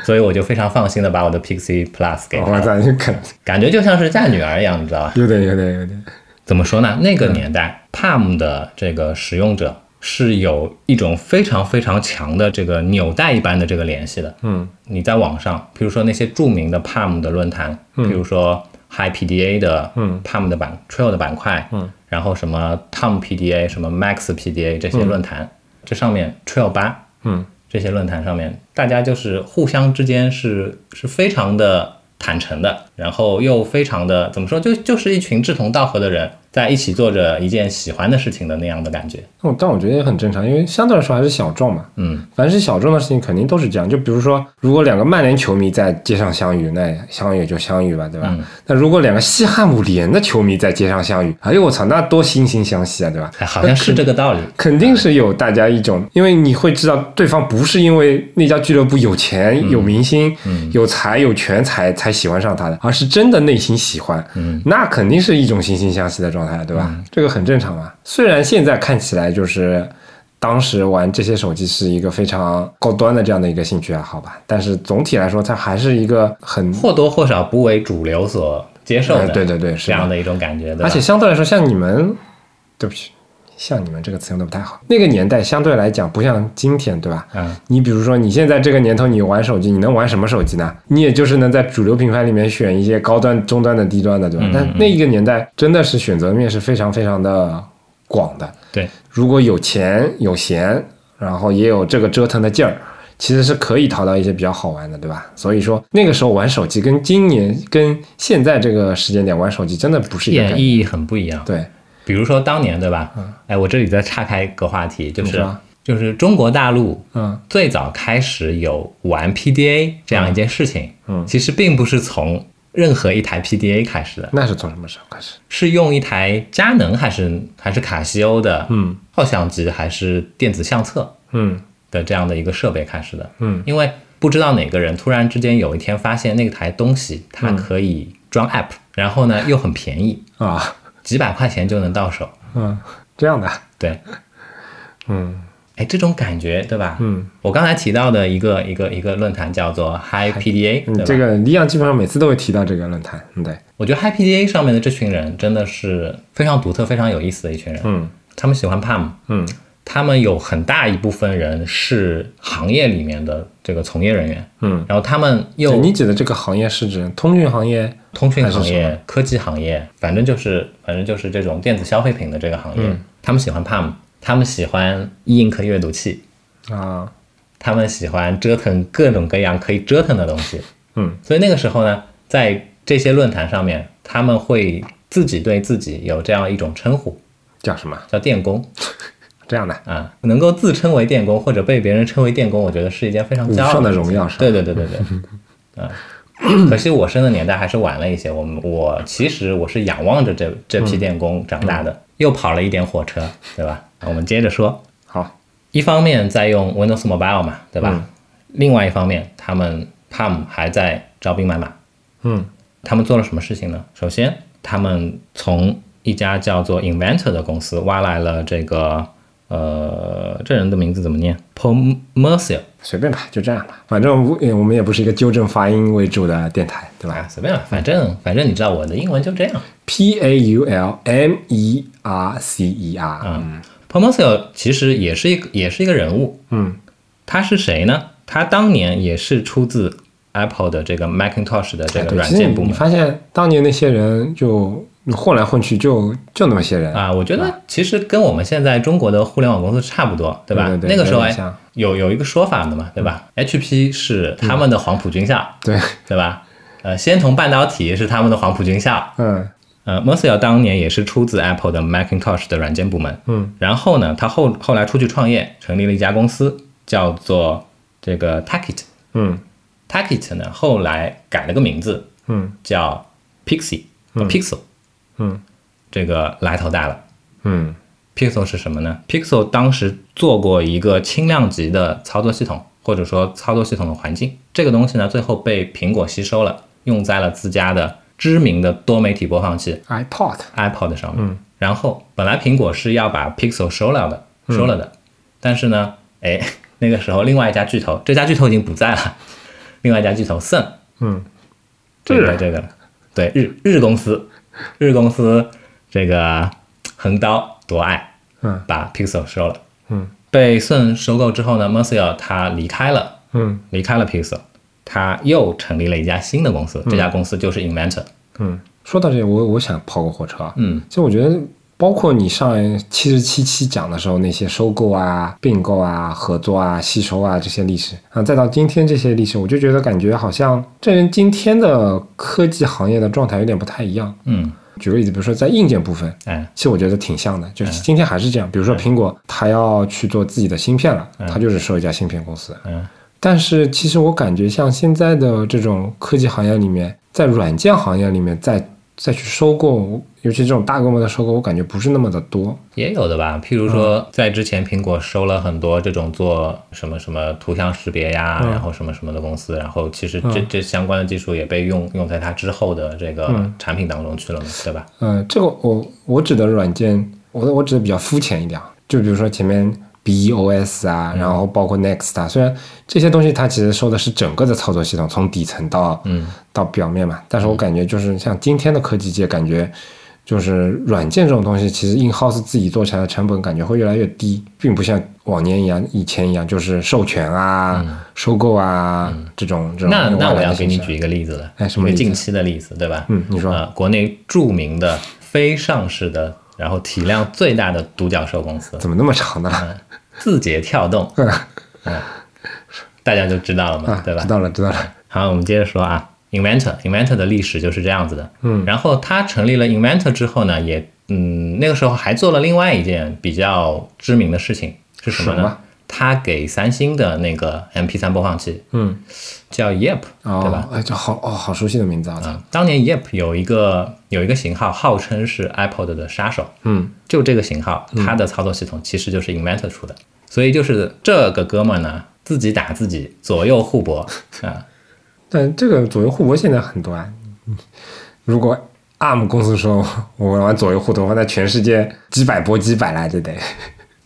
[SPEAKER 2] 所以我就非常放心的把我的 Pixie Plus 给
[SPEAKER 1] 我
[SPEAKER 2] 他，
[SPEAKER 1] 操，就感
[SPEAKER 2] 感觉就像是嫁女儿一样，你知道吧？
[SPEAKER 1] 有点有点有点，
[SPEAKER 2] 怎么说呢？那
[SPEAKER 1] 嗯
[SPEAKER 2] 个年代、p a l m 的这个使用者是有一种非常非常强的这个纽带一般的这个联系的。
[SPEAKER 1] 嗯
[SPEAKER 2] 你在网上，比如说那些著名的 Palm 的论坛，比如说 Hi PDA 的
[SPEAKER 1] 嗯
[SPEAKER 2] Palm 的板 Trail 的板块，
[SPEAKER 1] 嗯
[SPEAKER 2] 然后什么 Tom PDA、什么 Max PDA 这些论坛，这上面 Trail 八
[SPEAKER 1] 嗯
[SPEAKER 2] 这些论坛上面，大家就是互相之间是是非常的坦诚的，然后又非常的怎么说，就就是一群志同道合的人在一起做着一件喜欢的事情的那样的感觉。
[SPEAKER 1] 哦但我觉得也很正常，因为相对来说还是小众嘛。
[SPEAKER 2] 嗯，
[SPEAKER 1] 凡是小众的事情，肯定都是这样。就比如说，如果两个曼联球迷在街上相遇，那相遇也就相遇吧，对吧？那如果两个西汉姆联的球迷在街上相遇，哎呦我操，那多惺惺相惜啊，对吧？
[SPEAKER 2] 哎，好像是这个道理。
[SPEAKER 1] 肯定是有大家一种，因为你会知道对方不是因为那家俱乐部有钱、有明星、有才、有权才才喜欢上他的，而是真的内心喜欢。
[SPEAKER 2] 嗯，
[SPEAKER 1] 那肯定是一种惺惺相惜的状态，对吧？这个很正常啊。虽然现在看起来就是。当时玩这些手机是一个非常高端的这样的一个兴趣爱好吧，但是总体来说，它还是一个很
[SPEAKER 2] 或多或少不为主流所接受的，
[SPEAKER 1] 哎对对对是
[SPEAKER 2] 这
[SPEAKER 1] 的
[SPEAKER 2] 样的一种感觉，对吧
[SPEAKER 1] 而且相对来说，像你们，对不起，像你们这个词用的不太好。那个年代相对来讲，不像今天，对吧？
[SPEAKER 2] 嗯，
[SPEAKER 1] 你比如说，你现在这个年头，你玩手机，你能玩什么手机呢？你也就是能在主流品牌里面选一些高端、中端的、低端的，对吧？但那一个年代真的是选择面是非常非常的广的。
[SPEAKER 2] 对，
[SPEAKER 1] 如果有钱有闲，然后也有这个折腾的劲儿，其实是可以淘到一些比较好玩的，对吧？所以说那个时候玩手机跟今年跟现在这个时间点玩手机真的不是一个概
[SPEAKER 2] 也
[SPEAKER 1] 念。
[SPEAKER 2] 意义很不一样。
[SPEAKER 1] 对，
[SPEAKER 2] 比如说当年，对吧？哎，我这里再岔开一个话题，就
[SPEAKER 1] 你
[SPEAKER 2] 是
[SPEAKER 1] 说
[SPEAKER 2] 就是中国大陆
[SPEAKER 1] 嗯
[SPEAKER 2] 最早开始有玩 PDA 这样一件事情，
[SPEAKER 1] 嗯
[SPEAKER 2] 其实并不是从任何一台 PDA 开始的，
[SPEAKER 1] 那是从什么时候开始？
[SPEAKER 2] 是用一台佳能还是还是卡西欧的
[SPEAKER 1] 嗯
[SPEAKER 2] 照相机还是电子相册，
[SPEAKER 1] 嗯
[SPEAKER 2] 的这样的一个设备开始的。
[SPEAKER 1] 嗯，
[SPEAKER 2] 因为不知道哪个人突然之间有一天发现那台东西它
[SPEAKER 1] 嗯
[SPEAKER 2] 可以装 app，、然后呢又很便宜，
[SPEAKER 1] 啊
[SPEAKER 2] 几百块钱就能到手。
[SPEAKER 1] 嗯，这样的
[SPEAKER 2] 对，
[SPEAKER 1] 嗯
[SPEAKER 2] 哎，这种感觉对吧？
[SPEAKER 1] 嗯，
[SPEAKER 2] 我刚才提到的一个一个一个论坛叫做 Hi PDA，对吧？
[SPEAKER 1] 嗯，这个李阳基本上每次都会提到这个论坛，嗯对，
[SPEAKER 2] 我觉得 Hi PDA 上面的这群人真的是非常独特、非常有意思的一群人。
[SPEAKER 1] 嗯
[SPEAKER 2] 他们喜欢 PAM，
[SPEAKER 1] 嗯
[SPEAKER 2] 他们有很大一部分人是行业里面的这个从业人员，
[SPEAKER 1] 嗯。
[SPEAKER 2] 然后他们又
[SPEAKER 1] 你指的这个行业是指通讯行业？
[SPEAKER 2] 通讯行
[SPEAKER 1] 还是什
[SPEAKER 2] 业、科技行业，反正就是反正就是这种电子消费品的这个行业，
[SPEAKER 1] 嗯
[SPEAKER 2] 他们喜欢 PAM，他们喜欢 e ink 阅读器，
[SPEAKER 1] 啊，
[SPEAKER 2] 他们喜欢折腾各种各样可以折腾的东西。
[SPEAKER 1] 嗯，
[SPEAKER 2] 所以那个时候呢，在这些论坛上面，他们会自己对自己有这样一种称呼，
[SPEAKER 1] 叫什么？
[SPEAKER 2] 叫电工
[SPEAKER 1] 这样的
[SPEAKER 2] 啊，能够自称为电工或者被别人称为电工，我觉得是一件非常
[SPEAKER 1] 无
[SPEAKER 2] 骄傲
[SPEAKER 1] 上的
[SPEAKER 2] 事情
[SPEAKER 1] 荣耀是吧？
[SPEAKER 2] 对对对对对， 嗯，可惜我生的年代还是晚了一些。我们我其实我是仰望着这这
[SPEAKER 1] 嗯
[SPEAKER 2] 批电工长大的，又跑了一点火车，对吧？啊我们接着说，
[SPEAKER 1] 好，
[SPEAKER 2] 一方面在用 Windows Mobile 嘛，对吧？
[SPEAKER 1] 嗯
[SPEAKER 2] 另外一方面，他们 PAM 还在招兵买马，
[SPEAKER 1] 嗯
[SPEAKER 2] 他们做了什么事情呢？首先，他们从一家叫做 Inventor 的公司挖来了这个呃，这人的名字怎么念 p o m e r c i o
[SPEAKER 1] 随便吧，就这样吧。反正我也我们也不是一个纠正发音为主的电台，对吧
[SPEAKER 2] 啊，随便了，反正反正你知道我的英文就这样。
[SPEAKER 1] ？P A U L M E R C E R，嗯
[SPEAKER 2] p o m o s i o 啊其实也是一个也是一个人物，
[SPEAKER 1] 嗯
[SPEAKER 2] 他是谁呢？他当年也是出自 Apple 的这个 Macintosh 的这
[SPEAKER 1] 哎
[SPEAKER 2] 个
[SPEAKER 1] 对，
[SPEAKER 2] 软
[SPEAKER 1] 其实
[SPEAKER 2] 件
[SPEAKER 1] 你
[SPEAKER 2] 部
[SPEAKER 1] 你
[SPEAKER 2] 门
[SPEAKER 1] 发现当年那些人就混来混去就，就那么些人，
[SPEAKER 2] 啊。我觉得其实跟我们现在中国的互联网公司差不多，对吧？
[SPEAKER 1] 对对对
[SPEAKER 2] 那个时候
[SPEAKER 1] 有点
[SPEAKER 2] 哎
[SPEAKER 1] 像，嗯
[SPEAKER 2] 有有一个说法的嘛，对吧、h p 是他们的黄埔军校，
[SPEAKER 1] 对，
[SPEAKER 2] 对吧？呃，仙童半导体是他们的黄埔军校，
[SPEAKER 1] 嗯
[SPEAKER 2] 呃 m e r c i o 当年也是出自 Apple 的 Macintosh 的软件部门，
[SPEAKER 1] 嗯，
[SPEAKER 2] 然后呢，他后后来出去创业，成立了一家公司，叫做这个 Tacket。
[SPEAKER 1] 嗯
[SPEAKER 2] Tacket 呢，后来改了个名字，
[SPEAKER 1] 嗯
[SPEAKER 2] 叫 Pixie、Pixel，
[SPEAKER 1] 嗯
[SPEAKER 2] 这个来头大了。
[SPEAKER 1] 嗯
[SPEAKER 2] Pixel 是什么呢？Pixel 当时做过一个轻量级的操作系统，或者说操作系统的环境。这个东西呢，最后被苹果吸收了，用在了自家的知名的多媒体播放器
[SPEAKER 1] ，iPod，
[SPEAKER 2] iPod 上面。然后本来苹果是要把 Pixel 收了的，收了的，但是呢，哎， 那个时候另外一家巨头，这家巨头已经不在了，另外一家巨头 Sun，
[SPEAKER 1] 嗯，
[SPEAKER 2] 这
[SPEAKER 1] 日
[SPEAKER 2] 个
[SPEAKER 1] 啊
[SPEAKER 2] 这个，对日日公司，日公司这个横刀夺爱，
[SPEAKER 1] 嗯，
[SPEAKER 2] 把 Pixel 收了，
[SPEAKER 1] 嗯，
[SPEAKER 2] 被 Sun 收购之后呢 m e r c i o 他离开了，
[SPEAKER 1] 嗯
[SPEAKER 2] 离开了 Pixel。他又成立了一家新的
[SPEAKER 1] 嗯
[SPEAKER 2] 公司，这家公司就是 Inventor。
[SPEAKER 1] 嗯。说到这里，我我想跑个火车啊，
[SPEAKER 2] 嗯，
[SPEAKER 1] 其实我觉得包括你上七十七期讲的时候那些收购啊、并购啊、合作啊、吸收啊这些历史啊，再到今天这些历史，我就觉得感觉好像这跟今天的科技行业的状态有点不太一样。
[SPEAKER 2] 嗯，
[SPEAKER 1] 举个例子，比如说在硬件部分，
[SPEAKER 2] 哎，
[SPEAKER 1] 其实我觉得挺像的，就是今天还是这样。比如说苹果，它要去做自己的芯片了，它就是收一家芯片公司。
[SPEAKER 2] 嗯，
[SPEAKER 1] 但是其实我感觉像现在的这种科技行业里面，在软件行业里面再再去收购，尤其这种大规模的收购，我感觉不是那么的多。
[SPEAKER 2] 也有的吧。譬如
[SPEAKER 1] 嗯
[SPEAKER 2] 说，在之前苹果收了很多这种做什么什么图像识别呀，
[SPEAKER 1] 嗯
[SPEAKER 2] 然后什么什么的公司，然后其实这、这相关的技术也被用用在它之后的这个产品当中去了嘛，对吧？
[SPEAKER 1] 嗯、这个我我指的软件，我我指的比较肤浅一点，啊，就比如说前面 BOS 啊，然后包括 Next 啊，虽然这些东西它其实收的是整个的操作系统，从底层到
[SPEAKER 2] 嗯
[SPEAKER 1] 到表面嘛，但是我感觉就是像今天的科技界，感觉就是软件这种东西，其实 in house 自己做起来的成本感觉会越来越低，并不像往年一样、以前一样，就是授权啊、收购啊、这种这种。
[SPEAKER 2] 嗯那那我要给
[SPEAKER 1] 给
[SPEAKER 2] 你，举一个例子了，
[SPEAKER 1] 哎什么
[SPEAKER 2] 一
[SPEAKER 1] 例
[SPEAKER 2] 个
[SPEAKER 1] 子
[SPEAKER 2] 近期的例子，对吧？
[SPEAKER 1] 嗯你说
[SPEAKER 2] 呃，国内著名的非上市的，然后体量最大的独角兽公司
[SPEAKER 1] 怎么那么长呢？
[SPEAKER 2] 字节跳动， 嗯，大家就知道了嘛，
[SPEAKER 1] 啊，
[SPEAKER 2] 对吧
[SPEAKER 1] 知？道了，知道了。
[SPEAKER 2] 好，我们接着说啊，Inventor Inventor 的历史就是这样子的。嗯，然后他成立了 Inventor 之后呢，也嗯那个时候还做了另外一件比较知名的事情是什么呢？
[SPEAKER 1] 什么
[SPEAKER 2] 他给三星的那个 MP3 播放器，
[SPEAKER 1] 嗯，
[SPEAKER 2] 叫 Yep，、
[SPEAKER 1] 哦，
[SPEAKER 2] 对吧？？
[SPEAKER 1] 哎，这好哦，好熟悉的名字啊！
[SPEAKER 2] 啊，当年 Yep 有一个有一个型号，号称是 iPod 的杀手，
[SPEAKER 1] 嗯，
[SPEAKER 2] 就这个型号，它的操作系统其实就是 Inventor 出的，所以就是这个哥们儿呢自己打自己，左右互搏 啊，
[SPEAKER 1] 但这个左右互搏现在很多啊。如果 ARM 公司说我玩左右互搏，那全世界几百波几百来这得。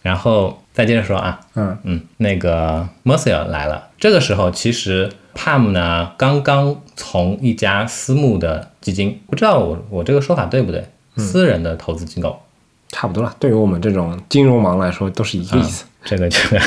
[SPEAKER 2] 然后再接着说啊，
[SPEAKER 1] 嗯
[SPEAKER 2] 嗯，那个 Mercer 来了，这个时候其实 Palm 呢刚刚从一家私募的基金，不知道我我这个说法对不对，私人的投资机构
[SPEAKER 1] 差不多了，对于我们这种金融盲来说，都是一个意思。
[SPEAKER 2] 这个这个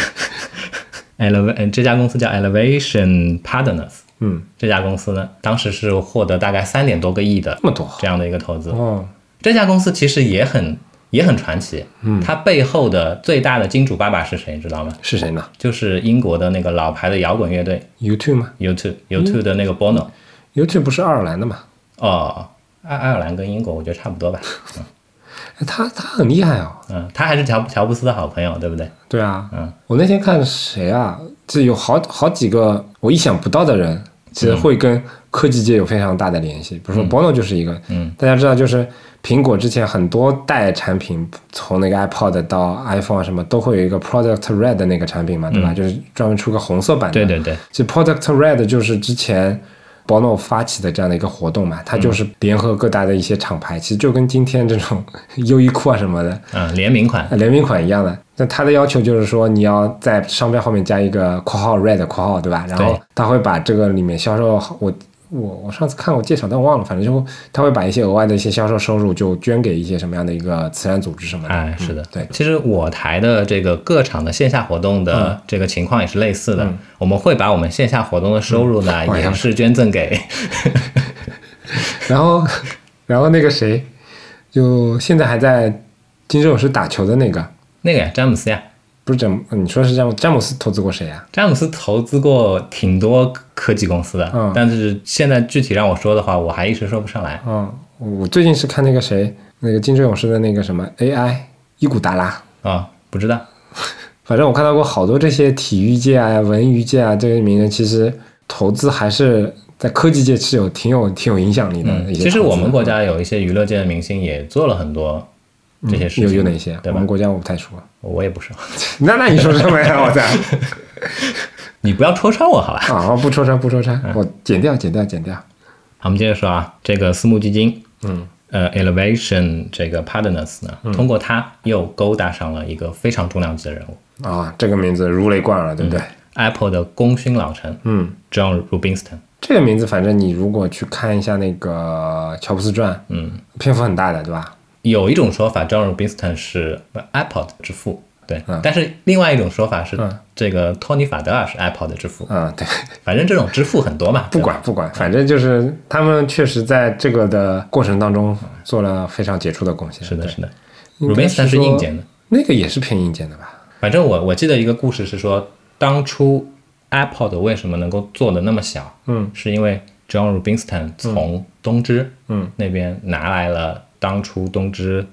[SPEAKER 2] eleva 呃这家公司叫 Elevation Partners，
[SPEAKER 1] 嗯，
[SPEAKER 2] 这家公司呢，当时是获得大概三点多个亿的
[SPEAKER 1] 这么多
[SPEAKER 2] 这样的一个投资。
[SPEAKER 1] 哦，
[SPEAKER 2] 这家公司其实也很也很传奇，嗯，它背后的最大的金主爸爸是谁，你知道吗？
[SPEAKER 1] 是谁呢
[SPEAKER 2] 就是英国的那个老牌的摇滚乐队
[SPEAKER 1] ？YouTube 吗
[SPEAKER 2] U2 U2 的那个 Bono，
[SPEAKER 1] ？YouTube 不是爱尔兰的吗？
[SPEAKER 2] 哦，爱爱尔兰跟英国我觉得差不多吧，嗯
[SPEAKER 1] 哎，他他很厉害哦。
[SPEAKER 2] 嗯，他还是乔乔布斯的好朋友，对不对？
[SPEAKER 1] 对啊，
[SPEAKER 2] 嗯，
[SPEAKER 1] 我那天看谁啊？这有好好几个我意想不到的
[SPEAKER 2] 嗯
[SPEAKER 1] 人，其实会跟科技界有非常大的联系。比如说 Bono 就是一个，
[SPEAKER 2] 嗯，
[SPEAKER 1] 大家知道，就是苹果之前很多代产品，从那个 iPod 到 iPhone 啊什么，都会有一个 Product Red 的那个产品嘛，对吧？就是专门出个红色版的。
[SPEAKER 2] 嗯对对对，
[SPEAKER 1] 其实 Product Red 就是之前 Bono 发起的这样的一个活动嘛，它就是联合各大的一些厂牌，其实就跟今天这种优衣库啊什么的
[SPEAKER 2] 嗯，联名款，
[SPEAKER 1] 联名款一样的。那它的要求就是说，你要在商标后面加一个括号 Red 括号，对吧？然后
[SPEAKER 2] 对
[SPEAKER 1] 它会把这个里面销售我。我我上次看我介绍，但我忘了，反正就他会把一些额外的一些销售收入就捐给一些什么样的一个慈善组织什么的。
[SPEAKER 2] 哎，是的，
[SPEAKER 1] 嗯对
[SPEAKER 2] 其实我台的这个各场的线下活动的
[SPEAKER 1] 嗯
[SPEAKER 2] 这个情况也是类似的，我们会把我们线下活动的收入呢，
[SPEAKER 1] 嗯
[SPEAKER 2] 也是捐赠给，
[SPEAKER 1] 然后， 然后那个谁，就现在还在金州勇士打球的那个，
[SPEAKER 2] 那个呀，詹姆斯呀，
[SPEAKER 1] 不是詹姆，你说是詹姆詹姆斯投资过谁啊？
[SPEAKER 2] 詹姆斯投资过挺多科技公司的，
[SPEAKER 1] 嗯
[SPEAKER 2] 但是现在具体让我说的话，我还一时说不上来。
[SPEAKER 1] 嗯，我最近是看那个谁，那个金州勇士的那个什么 AI 伊古达拉，
[SPEAKER 2] 啊、不知道。
[SPEAKER 1] 反正我看到过好多这些体育界啊、文娱界啊这些名人，其实投资还是在科技界是有挺有挺有影响力的嗯一些投资。
[SPEAKER 2] 嗯其实我们国家有一些娱乐界的明星也做了很多这些事情，
[SPEAKER 1] 嗯有有哪些？
[SPEAKER 2] 对
[SPEAKER 1] 我
[SPEAKER 2] 吧
[SPEAKER 1] 们？国家我不太熟。
[SPEAKER 2] 我也不熟，
[SPEAKER 1] 那那你说什么呀？我操！
[SPEAKER 2] 你不要戳穿我好吧？
[SPEAKER 1] 啊，不戳穿，不戳穿，
[SPEAKER 2] 嗯
[SPEAKER 1] 我剪掉，剪掉，剪掉。
[SPEAKER 2] 好，我们接着说啊，这个私募基金，嗯，呃，Elevation 这个 Partners 呢，
[SPEAKER 1] 嗯
[SPEAKER 2] 通过它又勾搭上了一个非常重量级的人物
[SPEAKER 1] 啊，这个名字如雷贯耳，对不对？
[SPEAKER 2] 嗯，Apple 的功勋老臣，嗯，John Rubinstein，
[SPEAKER 1] 这个名字，反正你如果去看一下那个《乔布斯传》，
[SPEAKER 2] 嗯，
[SPEAKER 1] 篇幅很大的，对吧？
[SPEAKER 2] 有一种说法，John Rubinstein 是 Apple 的之父，对，
[SPEAKER 1] 啊
[SPEAKER 2] 但是另外一种说法是，这个托尼·法德尔是 Apple 的之父，
[SPEAKER 1] 嗯， 对，
[SPEAKER 2] 反正这种之父很多嘛，
[SPEAKER 1] 不
[SPEAKER 2] 对吧
[SPEAKER 1] 管不管，反正就是他们确实在这个的过程当中做了非常杰出的贡献。
[SPEAKER 2] 是的，是的，
[SPEAKER 1] 应该
[SPEAKER 2] Rubinstein 是
[SPEAKER 1] 说
[SPEAKER 2] 硬件的，
[SPEAKER 1] 那个也是偏硬件的吧？
[SPEAKER 2] 反正我我记得一个故事是说，当初 iPod 为什么能够做的那么小，
[SPEAKER 1] 嗯，
[SPEAKER 2] 是因为 John Rubinstein 从东芝
[SPEAKER 1] 嗯
[SPEAKER 2] 那边拿来了当初东芝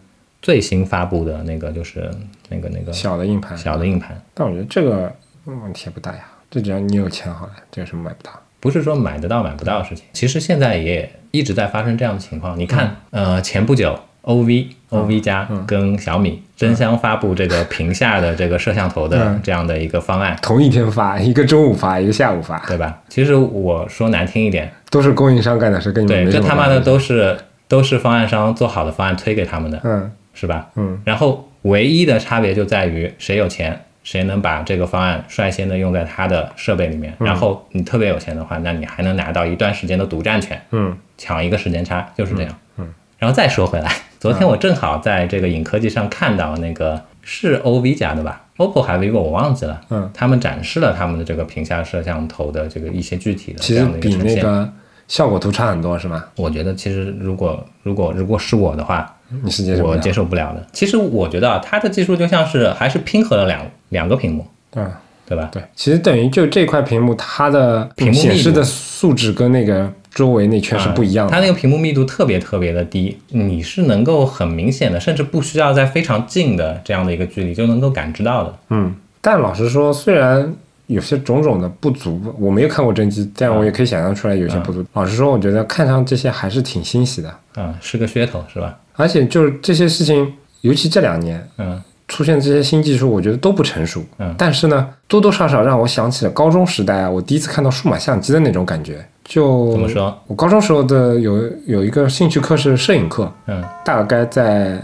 [SPEAKER 2] 最新发布的那个就是那个那个
[SPEAKER 1] 小的硬盘，
[SPEAKER 2] 小的硬盘，
[SPEAKER 1] 但我觉得这个问题也不大呀，这只要你有钱好了，这有什么买不到？
[SPEAKER 2] 不是说买得到买不到的事情，其实现在也一直在发生这样的情况。你看，
[SPEAKER 1] 嗯
[SPEAKER 2] 呃，前不久 OV OV 加跟小米争相发布这个屏下的这个摄像头的
[SPEAKER 1] 嗯
[SPEAKER 2] 这样的一个方案，
[SPEAKER 1] 同一天发，一个中午发，一个下午发，
[SPEAKER 2] 对吧？其实我说难听一点，
[SPEAKER 1] 都是供应商干的事，跟你们嗯
[SPEAKER 2] 对，
[SPEAKER 1] 没
[SPEAKER 2] 这
[SPEAKER 1] 什么
[SPEAKER 2] 他妈
[SPEAKER 1] 关
[SPEAKER 2] 的
[SPEAKER 1] 系
[SPEAKER 2] 都是都是方案商做好的方案推给他们的，
[SPEAKER 1] 嗯
[SPEAKER 2] 是吧？
[SPEAKER 1] 嗯，
[SPEAKER 2] 然后唯一的差别就在于谁有钱，谁能把这个方案率先的用在他的设备里面。
[SPEAKER 1] 嗯
[SPEAKER 2] 然后你特别有钱的话，那你还能拿到一段时间的独占权，
[SPEAKER 1] 嗯
[SPEAKER 2] 抢一个时间差，就是这样。嗯，然后再说回来，昨天我正好在这个影科技上看到那个是 OV 家的吧，OPPO 还是 vivo 我忘记了。
[SPEAKER 1] 嗯，
[SPEAKER 2] 他们展示了他们的这个屏下摄像头的这个一些具体的这
[SPEAKER 1] 其实
[SPEAKER 2] 样的一个
[SPEAKER 1] 比
[SPEAKER 2] 呈
[SPEAKER 1] 那
[SPEAKER 2] 现。
[SPEAKER 1] 个效果图差很多，是吗？
[SPEAKER 2] 我觉得其实如果如果如果是我的话，
[SPEAKER 1] 你是接受不
[SPEAKER 2] 我
[SPEAKER 1] 了？
[SPEAKER 2] 接受不了的。其实我觉得啊，它的技术就像是还是拼合了两两个屏幕，
[SPEAKER 1] 嗯，
[SPEAKER 2] 对吧？
[SPEAKER 1] 对，其实等于就这块屏幕，它的
[SPEAKER 2] 屏幕密度
[SPEAKER 1] 显示的素质跟那个周围那圈是不一样的。
[SPEAKER 2] 啊它那个屏幕密度特别特别的低，你是能够很明显的，甚至不需要在非常近的这样的一个距离就能够感知到的。
[SPEAKER 1] 嗯，但老实说，虽然有些种种的不足，我没有看过真机，但我也可以想象出来有些不足。老实说，我觉得看上这些还是挺欣喜的，
[SPEAKER 2] 嗯，是个噱头，是吧？
[SPEAKER 1] 而且就是这些事情，尤其这两年
[SPEAKER 2] 嗯
[SPEAKER 1] 出现这些新技术，我觉得都不成熟。
[SPEAKER 2] 嗯
[SPEAKER 1] 但是呢，多多少少让我想起了高中时代啊，我第一次看到数码相机的那种感觉。就
[SPEAKER 2] 怎么说？
[SPEAKER 1] 我高中时候的有有一个兴趣课是摄影课，
[SPEAKER 2] 嗯
[SPEAKER 1] 大概在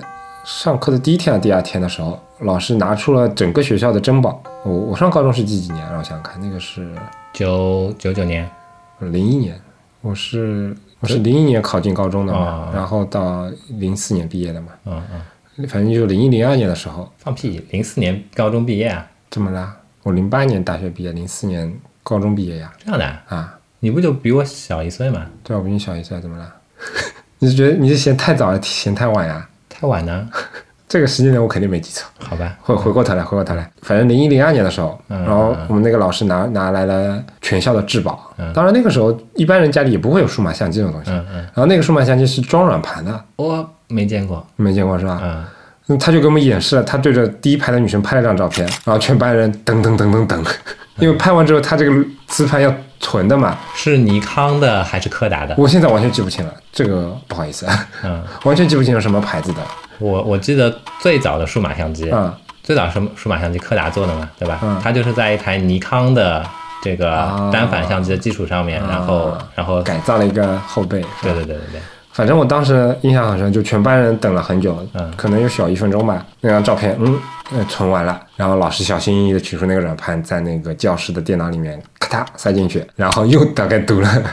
[SPEAKER 1] 上课的第一天啊、第二天的时候，老师拿出了整个学校的珍宝。我我上高中是几几年？让我想想看，那个是
[SPEAKER 2] 九九九年，
[SPEAKER 1] 零一年，我是我是零一年考进高中的嘛
[SPEAKER 2] 啊，
[SPEAKER 1] 然后到零四年毕业的嘛，
[SPEAKER 2] 嗯嗯，
[SPEAKER 1] 反正就零一零二年的时候，
[SPEAKER 2] 放屁！零四年高中毕业啊，
[SPEAKER 1] 怎么啦？我零八年大学毕业，零四年高中毕业呀，
[SPEAKER 2] 这样的啊，
[SPEAKER 1] 啊，
[SPEAKER 2] 你不就比我小一岁吗？
[SPEAKER 1] 对啊，我比你小一岁，怎么啦？你是觉得你是嫌太早了，嫌太晚呀？
[SPEAKER 2] 太晚了，
[SPEAKER 1] 这个时间点我肯定没记错。
[SPEAKER 2] 好吧？
[SPEAKER 1] 回回过头来，回过头来，反正零一零二年的时候，
[SPEAKER 2] 嗯
[SPEAKER 1] 然后我们那个老师拿拿来了全校的质保。当然那个时候一般人家里也不会有数码相机这种东西。
[SPEAKER 2] 嗯嗯，
[SPEAKER 1] 然后那个数码相机是装软盘的，
[SPEAKER 2] 我没见过。
[SPEAKER 1] 你没见过是吧？
[SPEAKER 2] 嗯，
[SPEAKER 1] 嗯他就给我们演示了，他对着第一排的女生拍了张照片，然后全班人噔噔噔噔
[SPEAKER 2] 嗯
[SPEAKER 1] 噔， 因为拍完之后他这个磁盘要存的嘛，
[SPEAKER 2] 是尼康的还是柯达的？
[SPEAKER 1] 我现在完全记不清了，这个不好意思，啊
[SPEAKER 2] 嗯，
[SPEAKER 1] 完全记不清是什么牌子的
[SPEAKER 2] 我我记得最早的数码相机，
[SPEAKER 1] 啊、
[SPEAKER 2] 最早是数码相机柯达做的嘛，对吧？
[SPEAKER 1] 嗯
[SPEAKER 2] 它就是在一台尼康的这个
[SPEAKER 1] 啊
[SPEAKER 2] 单反相机的基础上面，然后然后
[SPEAKER 1] 改造了一个后背，
[SPEAKER 2] 对对对对对，
[SPEAKER 1] 反正我当时印象很深，就全班人等了很久，
[SPEAKER 2] 嗯
[SPEAKER 1] 可能有小一分钟吧。那张照片，嗯，呃存完了，然后老师小心翼翼的取出那个软盘，在那个教室的电脑里面咔嗒塞进去，然后又大概读了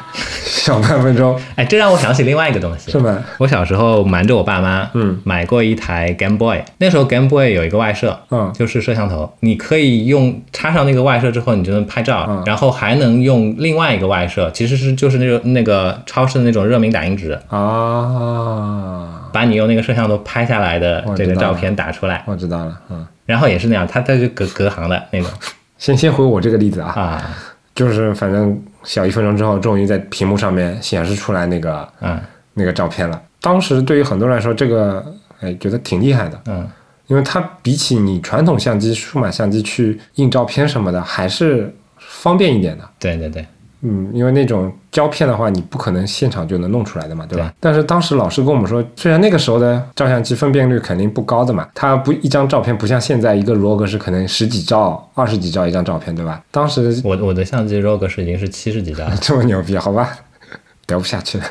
[SPEAKER 1] 小半分钟，
[SPEAKER 2] 哎，这让我想起另外一个东西
[SPEAKER 1] 是。吗？
[SPEAKER 2] 我小时候瞒着我爸妈，
[SPEAKER 1] 嗯，
[SPEAKER 2] 买过一台 Game Boy。那时候 Game Boy 有一个外设，
[SPEAKER 1] 嗯
[SPEAKER 2] 就是摄像头，你可以用插上那个外设之后，你就能拍照，
[SPEAKER 1] 嗯
[SPEAKER 2] 然后还能用另外一个外设，其实是就是那种那个超市的那种热敏打印纸，
[SPEAKER 1] 啊，
[SPEAKER 2] 把你用那个摄像头拍下来的
[SPEAKER 1] 我
[SPEAKER 2] 这
[SPEAKER 1] 哦知
[SPEAKER 2] 个
[SPEAKER 1] 道
[SPEAKER 2] 照
[SPEAKER 1] 了
[SPEAKER 2] 片打出来，
[SPEAKER 1] 我知道了，嗯，
[SPEAKER 2] 然后也是那样，它它就隔隔行的 那种
[SPEAKER 1] 先先回我这个例子啊，
[SPEAKER 2] 啊，
[SPEAKER 1] 就是反正小一分钟之后，终于在屏幕上面显示出来那个
[SPEAKER 2] 嗯
[SPEAKER 1] 那个照片了。当时对于很多人来说，这个哎觉得挺厉害的，
[SPEAKER 2] 嗯，
[SPEAKER 1] 因为它比起你传统相机、数码相机去印照片什么的，还是方便一点的。
[SPEAKER 2] 对对对，
[SPEAKER 1] 嗯，因为那种胶片的话，你不可能现场就能弄出来的嘛，对吧？
[SPEAKER 2] 对
[SPEAKER 1] 但是当时老师跟我们说，虽然那个时候的照相机分辨率肯定不高的嘛，它不一张照片不像现在一个 RAW 是可能十几兆、二十几兆一张照片，对吧？当时，
[SPEAKER 2] 我我的相机 ROG 是已经是七十几兆了
[SPEAKER 1] 这么牛逼，好吧，聊不下去了。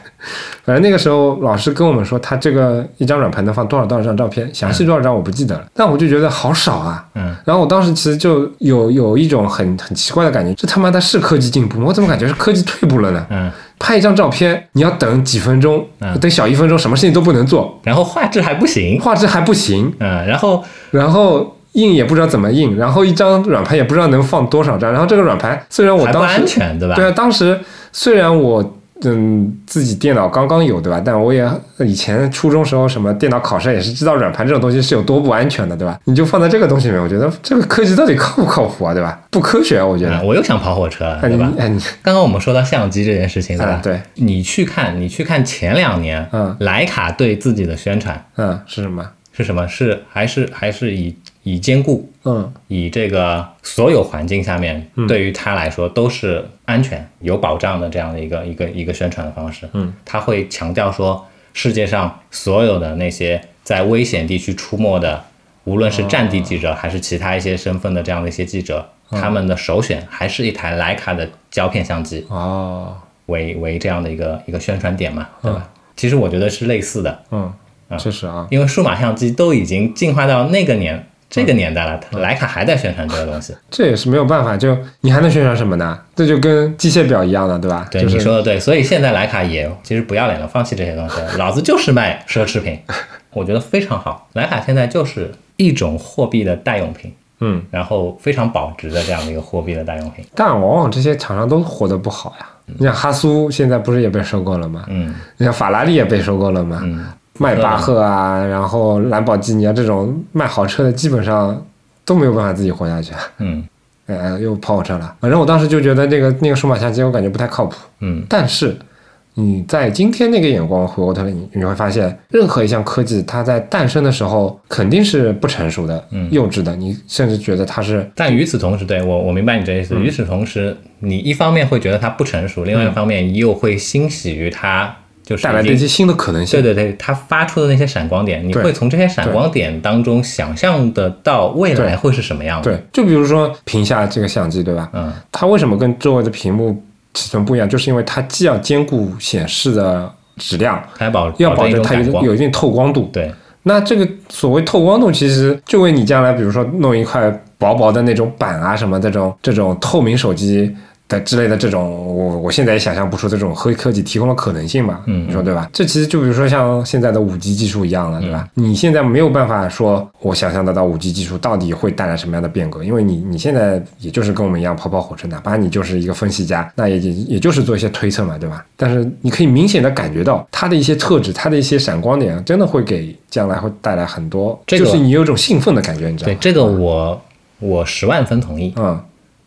[SPEAKER 1] 反正那个时候老师跟我们说，他这个一张软盘能放多少多少张照片，详细多少张我不记得了，但我就觉得好少啊。
[SPEAKER 2] 嗯，
[SPEAKER 1] 然后我当时其实就有有一种很很奇怪的感觉，这他妈的是科技进步吗？我怎么感觉是科技退步了呢？
[SPEAKER 2] 嗯，
[SPEAKER 1] 拍一张照片你要等几分钟，
[SPEAKER 2] 嗯
[SPEAKER 1] 等小一分钟，什么事情都不能做，
[SPEAKER 2] 然后画质还不行，
[SPEAKER 1] 画质还不行，
[SPEAKER 2] 嗯，然后
[SPEAKER 1] 然后。印也不知道怎么印，然后一张软盘也不知道能放多少张，然后这个软盘虽然我
[SPEAKER 2] 还不
[SPEAKER 1] 啊当时
[SPEAKER 2] 安全，对吧？
[SPEAKER 1] 对啊，当时虽然我嗯，自己电脑刚刚有对吧？但我也以前初中时候什么电脑考试也是知道软盘这种东西是有多不安全的，对吧？你就放在这个东西里面，我觉得这个科技到底靠不靠谱啊，对吧？不科学啊，我觉得。
[SPEAKER 2] 嗯我又想跑火车了，
[SPEAKER 1] 哎你
[SPEAKER 2] 对吧？
[SPEAKER 1] 哎你
[SPEAKER 2] 刚刚我们说到相机这件事情，对吧？
[SPEAKER 1] 啊对，
[SPEAKER 2] 你去看，你去看前两年，
[SPEAKER 1] 嗯，
[SPEAKER 2] 徕卡对自己的宣传
[SPEAKER 1] 嗯是什么？
[SPEAKER 2] 是什么？是还是还是以以兼顾
[SPEAKER 1] 嗯
[SPEAKER 2] 以这个所有环境下面，对于它来说都是安全、有保障的这样的一个一个一个宣传的方式。嗯，它会强调说，世界上所有的那些在危险地区出没的，无论是战地记者还是其他一些身份的这样的一些记者，他们的首选还是一台徕卡的胶片相机。
[SPEAKER 1] 哦
[SPEAKER 2] 为为这样的一个一个宣传点嘛，对吧？其实我觉得是类似的，
[SPEAKER 1] 嗯确实啊，
[SPEAKER 2] 因为数码相机都已经进化到那个年这个年代了，
[SPEAKER 1] 嗯
[SPEAKER 2] 它徕卡还在宣传这个 东西。
[SPEAKER 1] 这也是没有办法，就你还能宣传什么呢？这就跟机械表一样的，对吧？
[SPEAKER 2] 对，
[SPEAKER 1] 就是
[SPEAKER 2] 你说的对，所以现在徕卡也其实不要脸了，放弃这些东西了，老子就是卖奢侈 品，我觉得非常好。徕卡现在就是一种货币的代用品，
[SPEAKER 1] 嗯，
[SPEAKER 2] 然后非常保值的这样的一个货币的代用品。
[SPEAKER 1] 但往往这些厂商都活得不好呀。你像哈苏现在不是也被收购了吗？
[SPEAKER 2] 嗯，
[SPEAKER 1] 你像法拉利也被收购了嘛，迈巴赫啊，然后兰博基尼啊这种卖豪车的，基本上都没有办法自己活下去。
[SPEAKER 2] 嗯
[SPEAKER 1] 哎，又跑火车了。反正我当时就觉得那个那个数码相机，我感觉不太靠谱。
[SPEAKER 2] 嗯，
[SPEAKER 1] 但是你在今天那个眼光回过头来，你你会发现，任何一项科技，它在诞生的时候肯定是不成熟的、
[SPEAKER 2] 嗯
[SPEAKER 1] 幼稚的，你甚至觉得它是
[SPEAKER 2] 但与此同时，对我我明白你这意思。
[SPEAKER 1] 嗯
[SPEAKER 2] 与此同时，你一方面会觉得它不成熟，另外一方面又会欣喜于它就是
[SPEAKER 1] 带来
[SPEAKER 2] 已
[SPEAKER 1] 的
[SPEAKER 2] 经
[SPEAKER 1] 一些新的可能性
[SPEAKER 2] 对。对对，它发出的那些闪光点，你
[SPEAKER 1] 对
[SPEAKER 2] 会从这些闪光点当中想象得到未来会是什么样的。
[SPEAKER 1] 对，就比如说屏下这个相机，对吧？
[SPEAKER 2] 嗯，
[SPEAKER 1] 它为什么跟周围的屏幕尺寸不一样？就是因为它既要兼顾显示的质量，
[SPEAKER 2] 它要保
[SPEAKER 1] 要保
[SPEAKER 2] 证一
[SPEAKER 1] 证
[SPEAKER 2] 种
[SPEAKER 1] 它有
[SPEAKER 2] 感光。
[SPEAKER 1] 有一定透光度。
[SPEAKER 2] 对，
[SPEAKER 1] 那这个所谓透光度，其实就为你将来，比如说弄一块薄薄的那种板啊，什么这种这种透明手机的之类的这种，我我现在也想象不出这种黑科技提供了可能性嘛，嗯，你说对吧？这其实就比如说像现在的五 G 技术一样了，对吧？你现在没有办法说我想象得到五 G 技术到底会带来什么样的变革，因为你你现在也就是跟我们一样跑跑火车，哪怕你就是一个分析家，那也也也就是做一些推测嘛，对吧？但是你可以明显的感觉到它的一些特质，它的一些闪光点，真的会给将来会带来很多，
[SPEAKER 2] 这个
[SPEAKER 1] 就是你有一种兴奋的感觉，你知道
[SPEAKER 2] 对
[SPEAKER 1] 吗？
[SPEAKER 2] 这个我我十万分同意。
[SPEAKER 1] 嗯。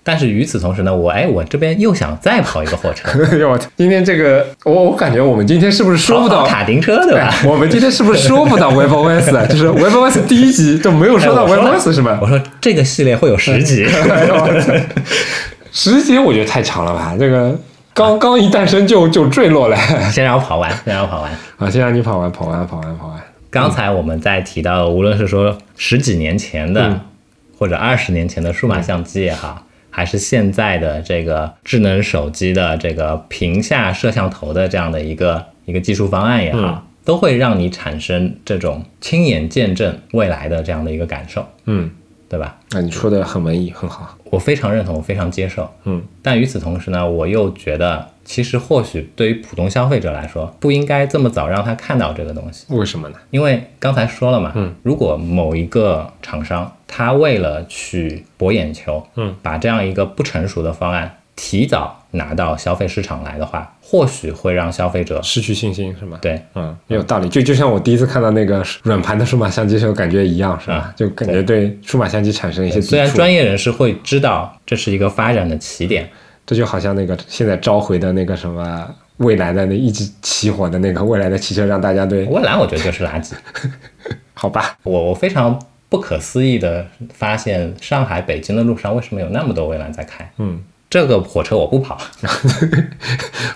[SPEAKER 2] 但是与此同时呢，我哎，我这边又想再跑一个 火车，
[SPEAKER 1] 哎呦我天今天这个，我我感觉我们今天是不是说不
[SPEAKER 2] 跑
[SPEAKER 1] 到
[SPEAKER 2] 跑卡丁车对吧？
[SPEAKER 1] 哎我们今天是不是说不到 WebOS 啊？就是 WebOS 第一集就没有 说到
[SPEAKER 2] 哎我说了
[SPEAKER 1] WebOS 是吗？
[SPEAKER 2] 我说这个系列会有十 集。
[SPEAKER 1] 哎呦我操十集我觉得太长了吧，这个 刚刚一诞生就就坠落了。
[SPEAKER 2] 先让我跑完，先让我跑完。
[SPEAKER 1] 好，先让你跑完，跑完，跑完，跑完。
[SPEAKER 2] 刚才我们在提到，无论是说十几年前的，或者二十年前的数码相机也好，还是现在的这个智能手机的这个屏下摄像头的这样的一个一个技术方案也好，都会让你产生这种亲眼见证未来的这样的一个感受，
[SPEAKER 1] 嗯，
[SPEAKER 2] 对吧？
[SPEAKER 1] 那你说的很文艺，很好。
[SPEAKER 2] 我非常认同，我非常接受。
[SPEAKER 1] 嗯，
[SPEAKER 2] 但与此同时呢，我又觉得，其实或许对于普通消费者来说，不应该这么早让他看到这个东西。
[SPEAKER 1] 为什么呢？
[SPEAKER 2] 因为刚才说了嘛，
[SPEAKER 1] 嗯
[SPEAKER 2] 如果某一个厂商他为了去博眼球，嗯，把这样一个不成熟的方案提早拿到消费市场来的话，或许会让消费者
[SPEAKER 1] 失去信心是吗？，
[SPEAKER 2] 对
[SPEAKER 1] 嗯，也有道理。就就像我第一次看到那个软盘的数码相机时候，感觉一样，是吧？
[SPEAKER 2] 啊
[SPEAKER 1] 就感觉嗯对数码相机产生一些抵
[SPEAKER 2] 虽然
[SPEAKER 1] 触
[SPEAKER 2] 专业人士会知道这是一个发展的起点，
[SPEAKER 1] 这就好像那个现在召回的那个什么未来的那一直起火的那个未来的汽车，让大家对
[SPEAKER 2] 未来我觉得就是垃圾。
[SPEAKER 1] 好吧，
[SPEAKER 2] 我我非常不可思议的发现，上海、北京的路上为什么有那么多蔚蓝在开？
[SPEAKER 1] 嗯，
[SPEAKER 2] 这个火车我不跑。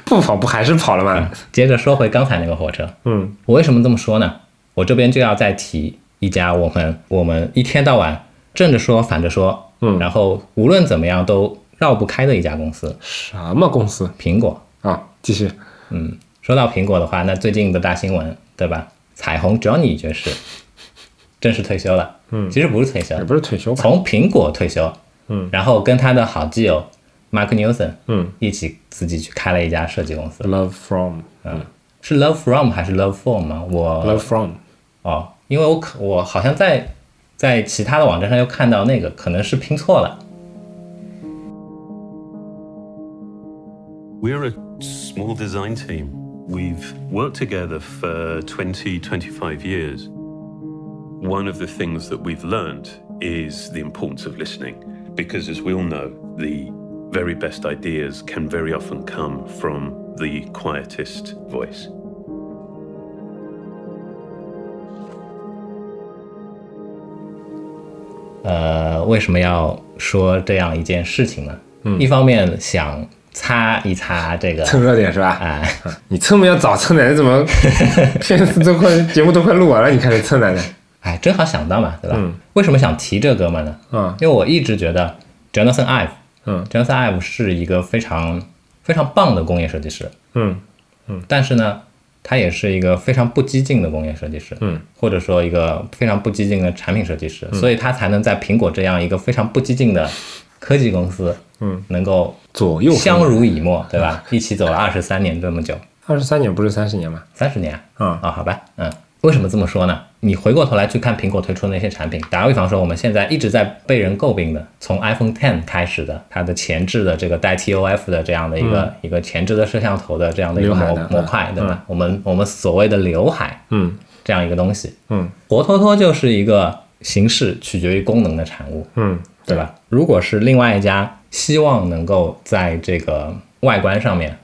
[SPEAKER 1] 不跑不还是跑了吗？
[SPEAKER 2] 接着说回刚才那个火车，
[SPEAKER 1] 嗯，
[SPEAKER 2] 我为什么这么说呢？我这边就要再提一家我们我们一天到晚正着说反着说，嗯，然后无论怎么样都绕不开的一家公司
[SPEAKER 1] 什么公司
[SPEAKER 2] ——苹果。
[SPEAKER 1] 啊？继续，
[SPEAKER 2] 嗯，说到苹果的话，那最近的大新闻，对吧？彩虹 Johnny 爵士正式退休了。嗯，其实不是退休
[SPEAKER 1] 也，不是退休吧？
[SPEAKER 2] 从苹果退休。嗯，然后跟他的好基友 Mark Newson，
[SPEAKER 1] 嗯，
[SPEAKER 2] 一起自己去开了一家设计公司。
[SPEAKER 1] Love from
[SPEAKER 2] 是 Love From 还是 Love For 吗？我
[SPEAKER 1] Love from
[SPEAKER 2] 哦，因为我可我好像在在其他的网站上又看到那个，可能是拼错了。
[SPEAKER 3] We're a small design team. We've worked together for 20, 25 years. One of the things that we've learned is the importance of listening, because as we all know, the very best ideas can very often come from the quietest voice.
[SPEAKER 2] uh, 为什么要说这样一件事情呢？嗯，一方面想擦一擦这 个，
[SPEAKER 1] 蹭热点是吧？
[SPEAKER 2] 哎、
[SPEAKER 1] 你蹭不要早蹭奶奶怎 么片子都快节目都快录完了，你开始蹭奶奶？
[SPEAKER 2] 哎，正好想到嘛，对吧？为什么想提这哥们呢？
[SPEAKER 1] 嗯
[SPEAKER 2] 因为我一直觉得 Jonathan Ive，
[SPEAKER 1] 嗯
[SPEAKER 2] ，Jonathan Ive 是一个非常非常棒的工业设计师，
[SPEAKER 1] 嗯
[SPEAKER 2] 但是呢，他也是一个非常不激进的工业设计师，
[SPEAKER 1] 嗯，
[SPEAKER 2] 或者说一个非常不激进的产品设计师，所以他才能在苹果这样一个非常不激进的科技公司，嗯，能够
[SPEAKER 1] 左右
[SPEAKER 2] 相濡以沫，对吧？一起走了二十三年这么久，
[SPEAKER 1] 二十三年不是三十年吗？
[SPEAKER 2] 三十年
[SPEAKER 1] 嗯
[SPEAKER 2] 啊，啊、好吧，嗯，为什么这么说呢？你回过头来去看苹果推出的那些产品，打个比方说，我们现在一直在被人诟病的，从 iPhone Ten 开始的，它的前置的这个带 TOF 的这样的一个、一个前置的摄像头的这样的一个
[SPEAKER 1] 刘海
[SPEAKER 2] 模
[SPEAKER 1] 的
[SPEAKER 2] 模块，对吧？我们我们所谓的刘海
[SPEAKER 1] 嗯
[SPEAKER 2] 这样一个东西，
[SPEAKER 1] 嗯
[SPEAKER 2] 活脱脱就是一个形式取决于功能的产物，
[SPEAKER 1] 嗯
[SPEAKER 2] 对吧？如果是另外一家希望能够在这个外观上面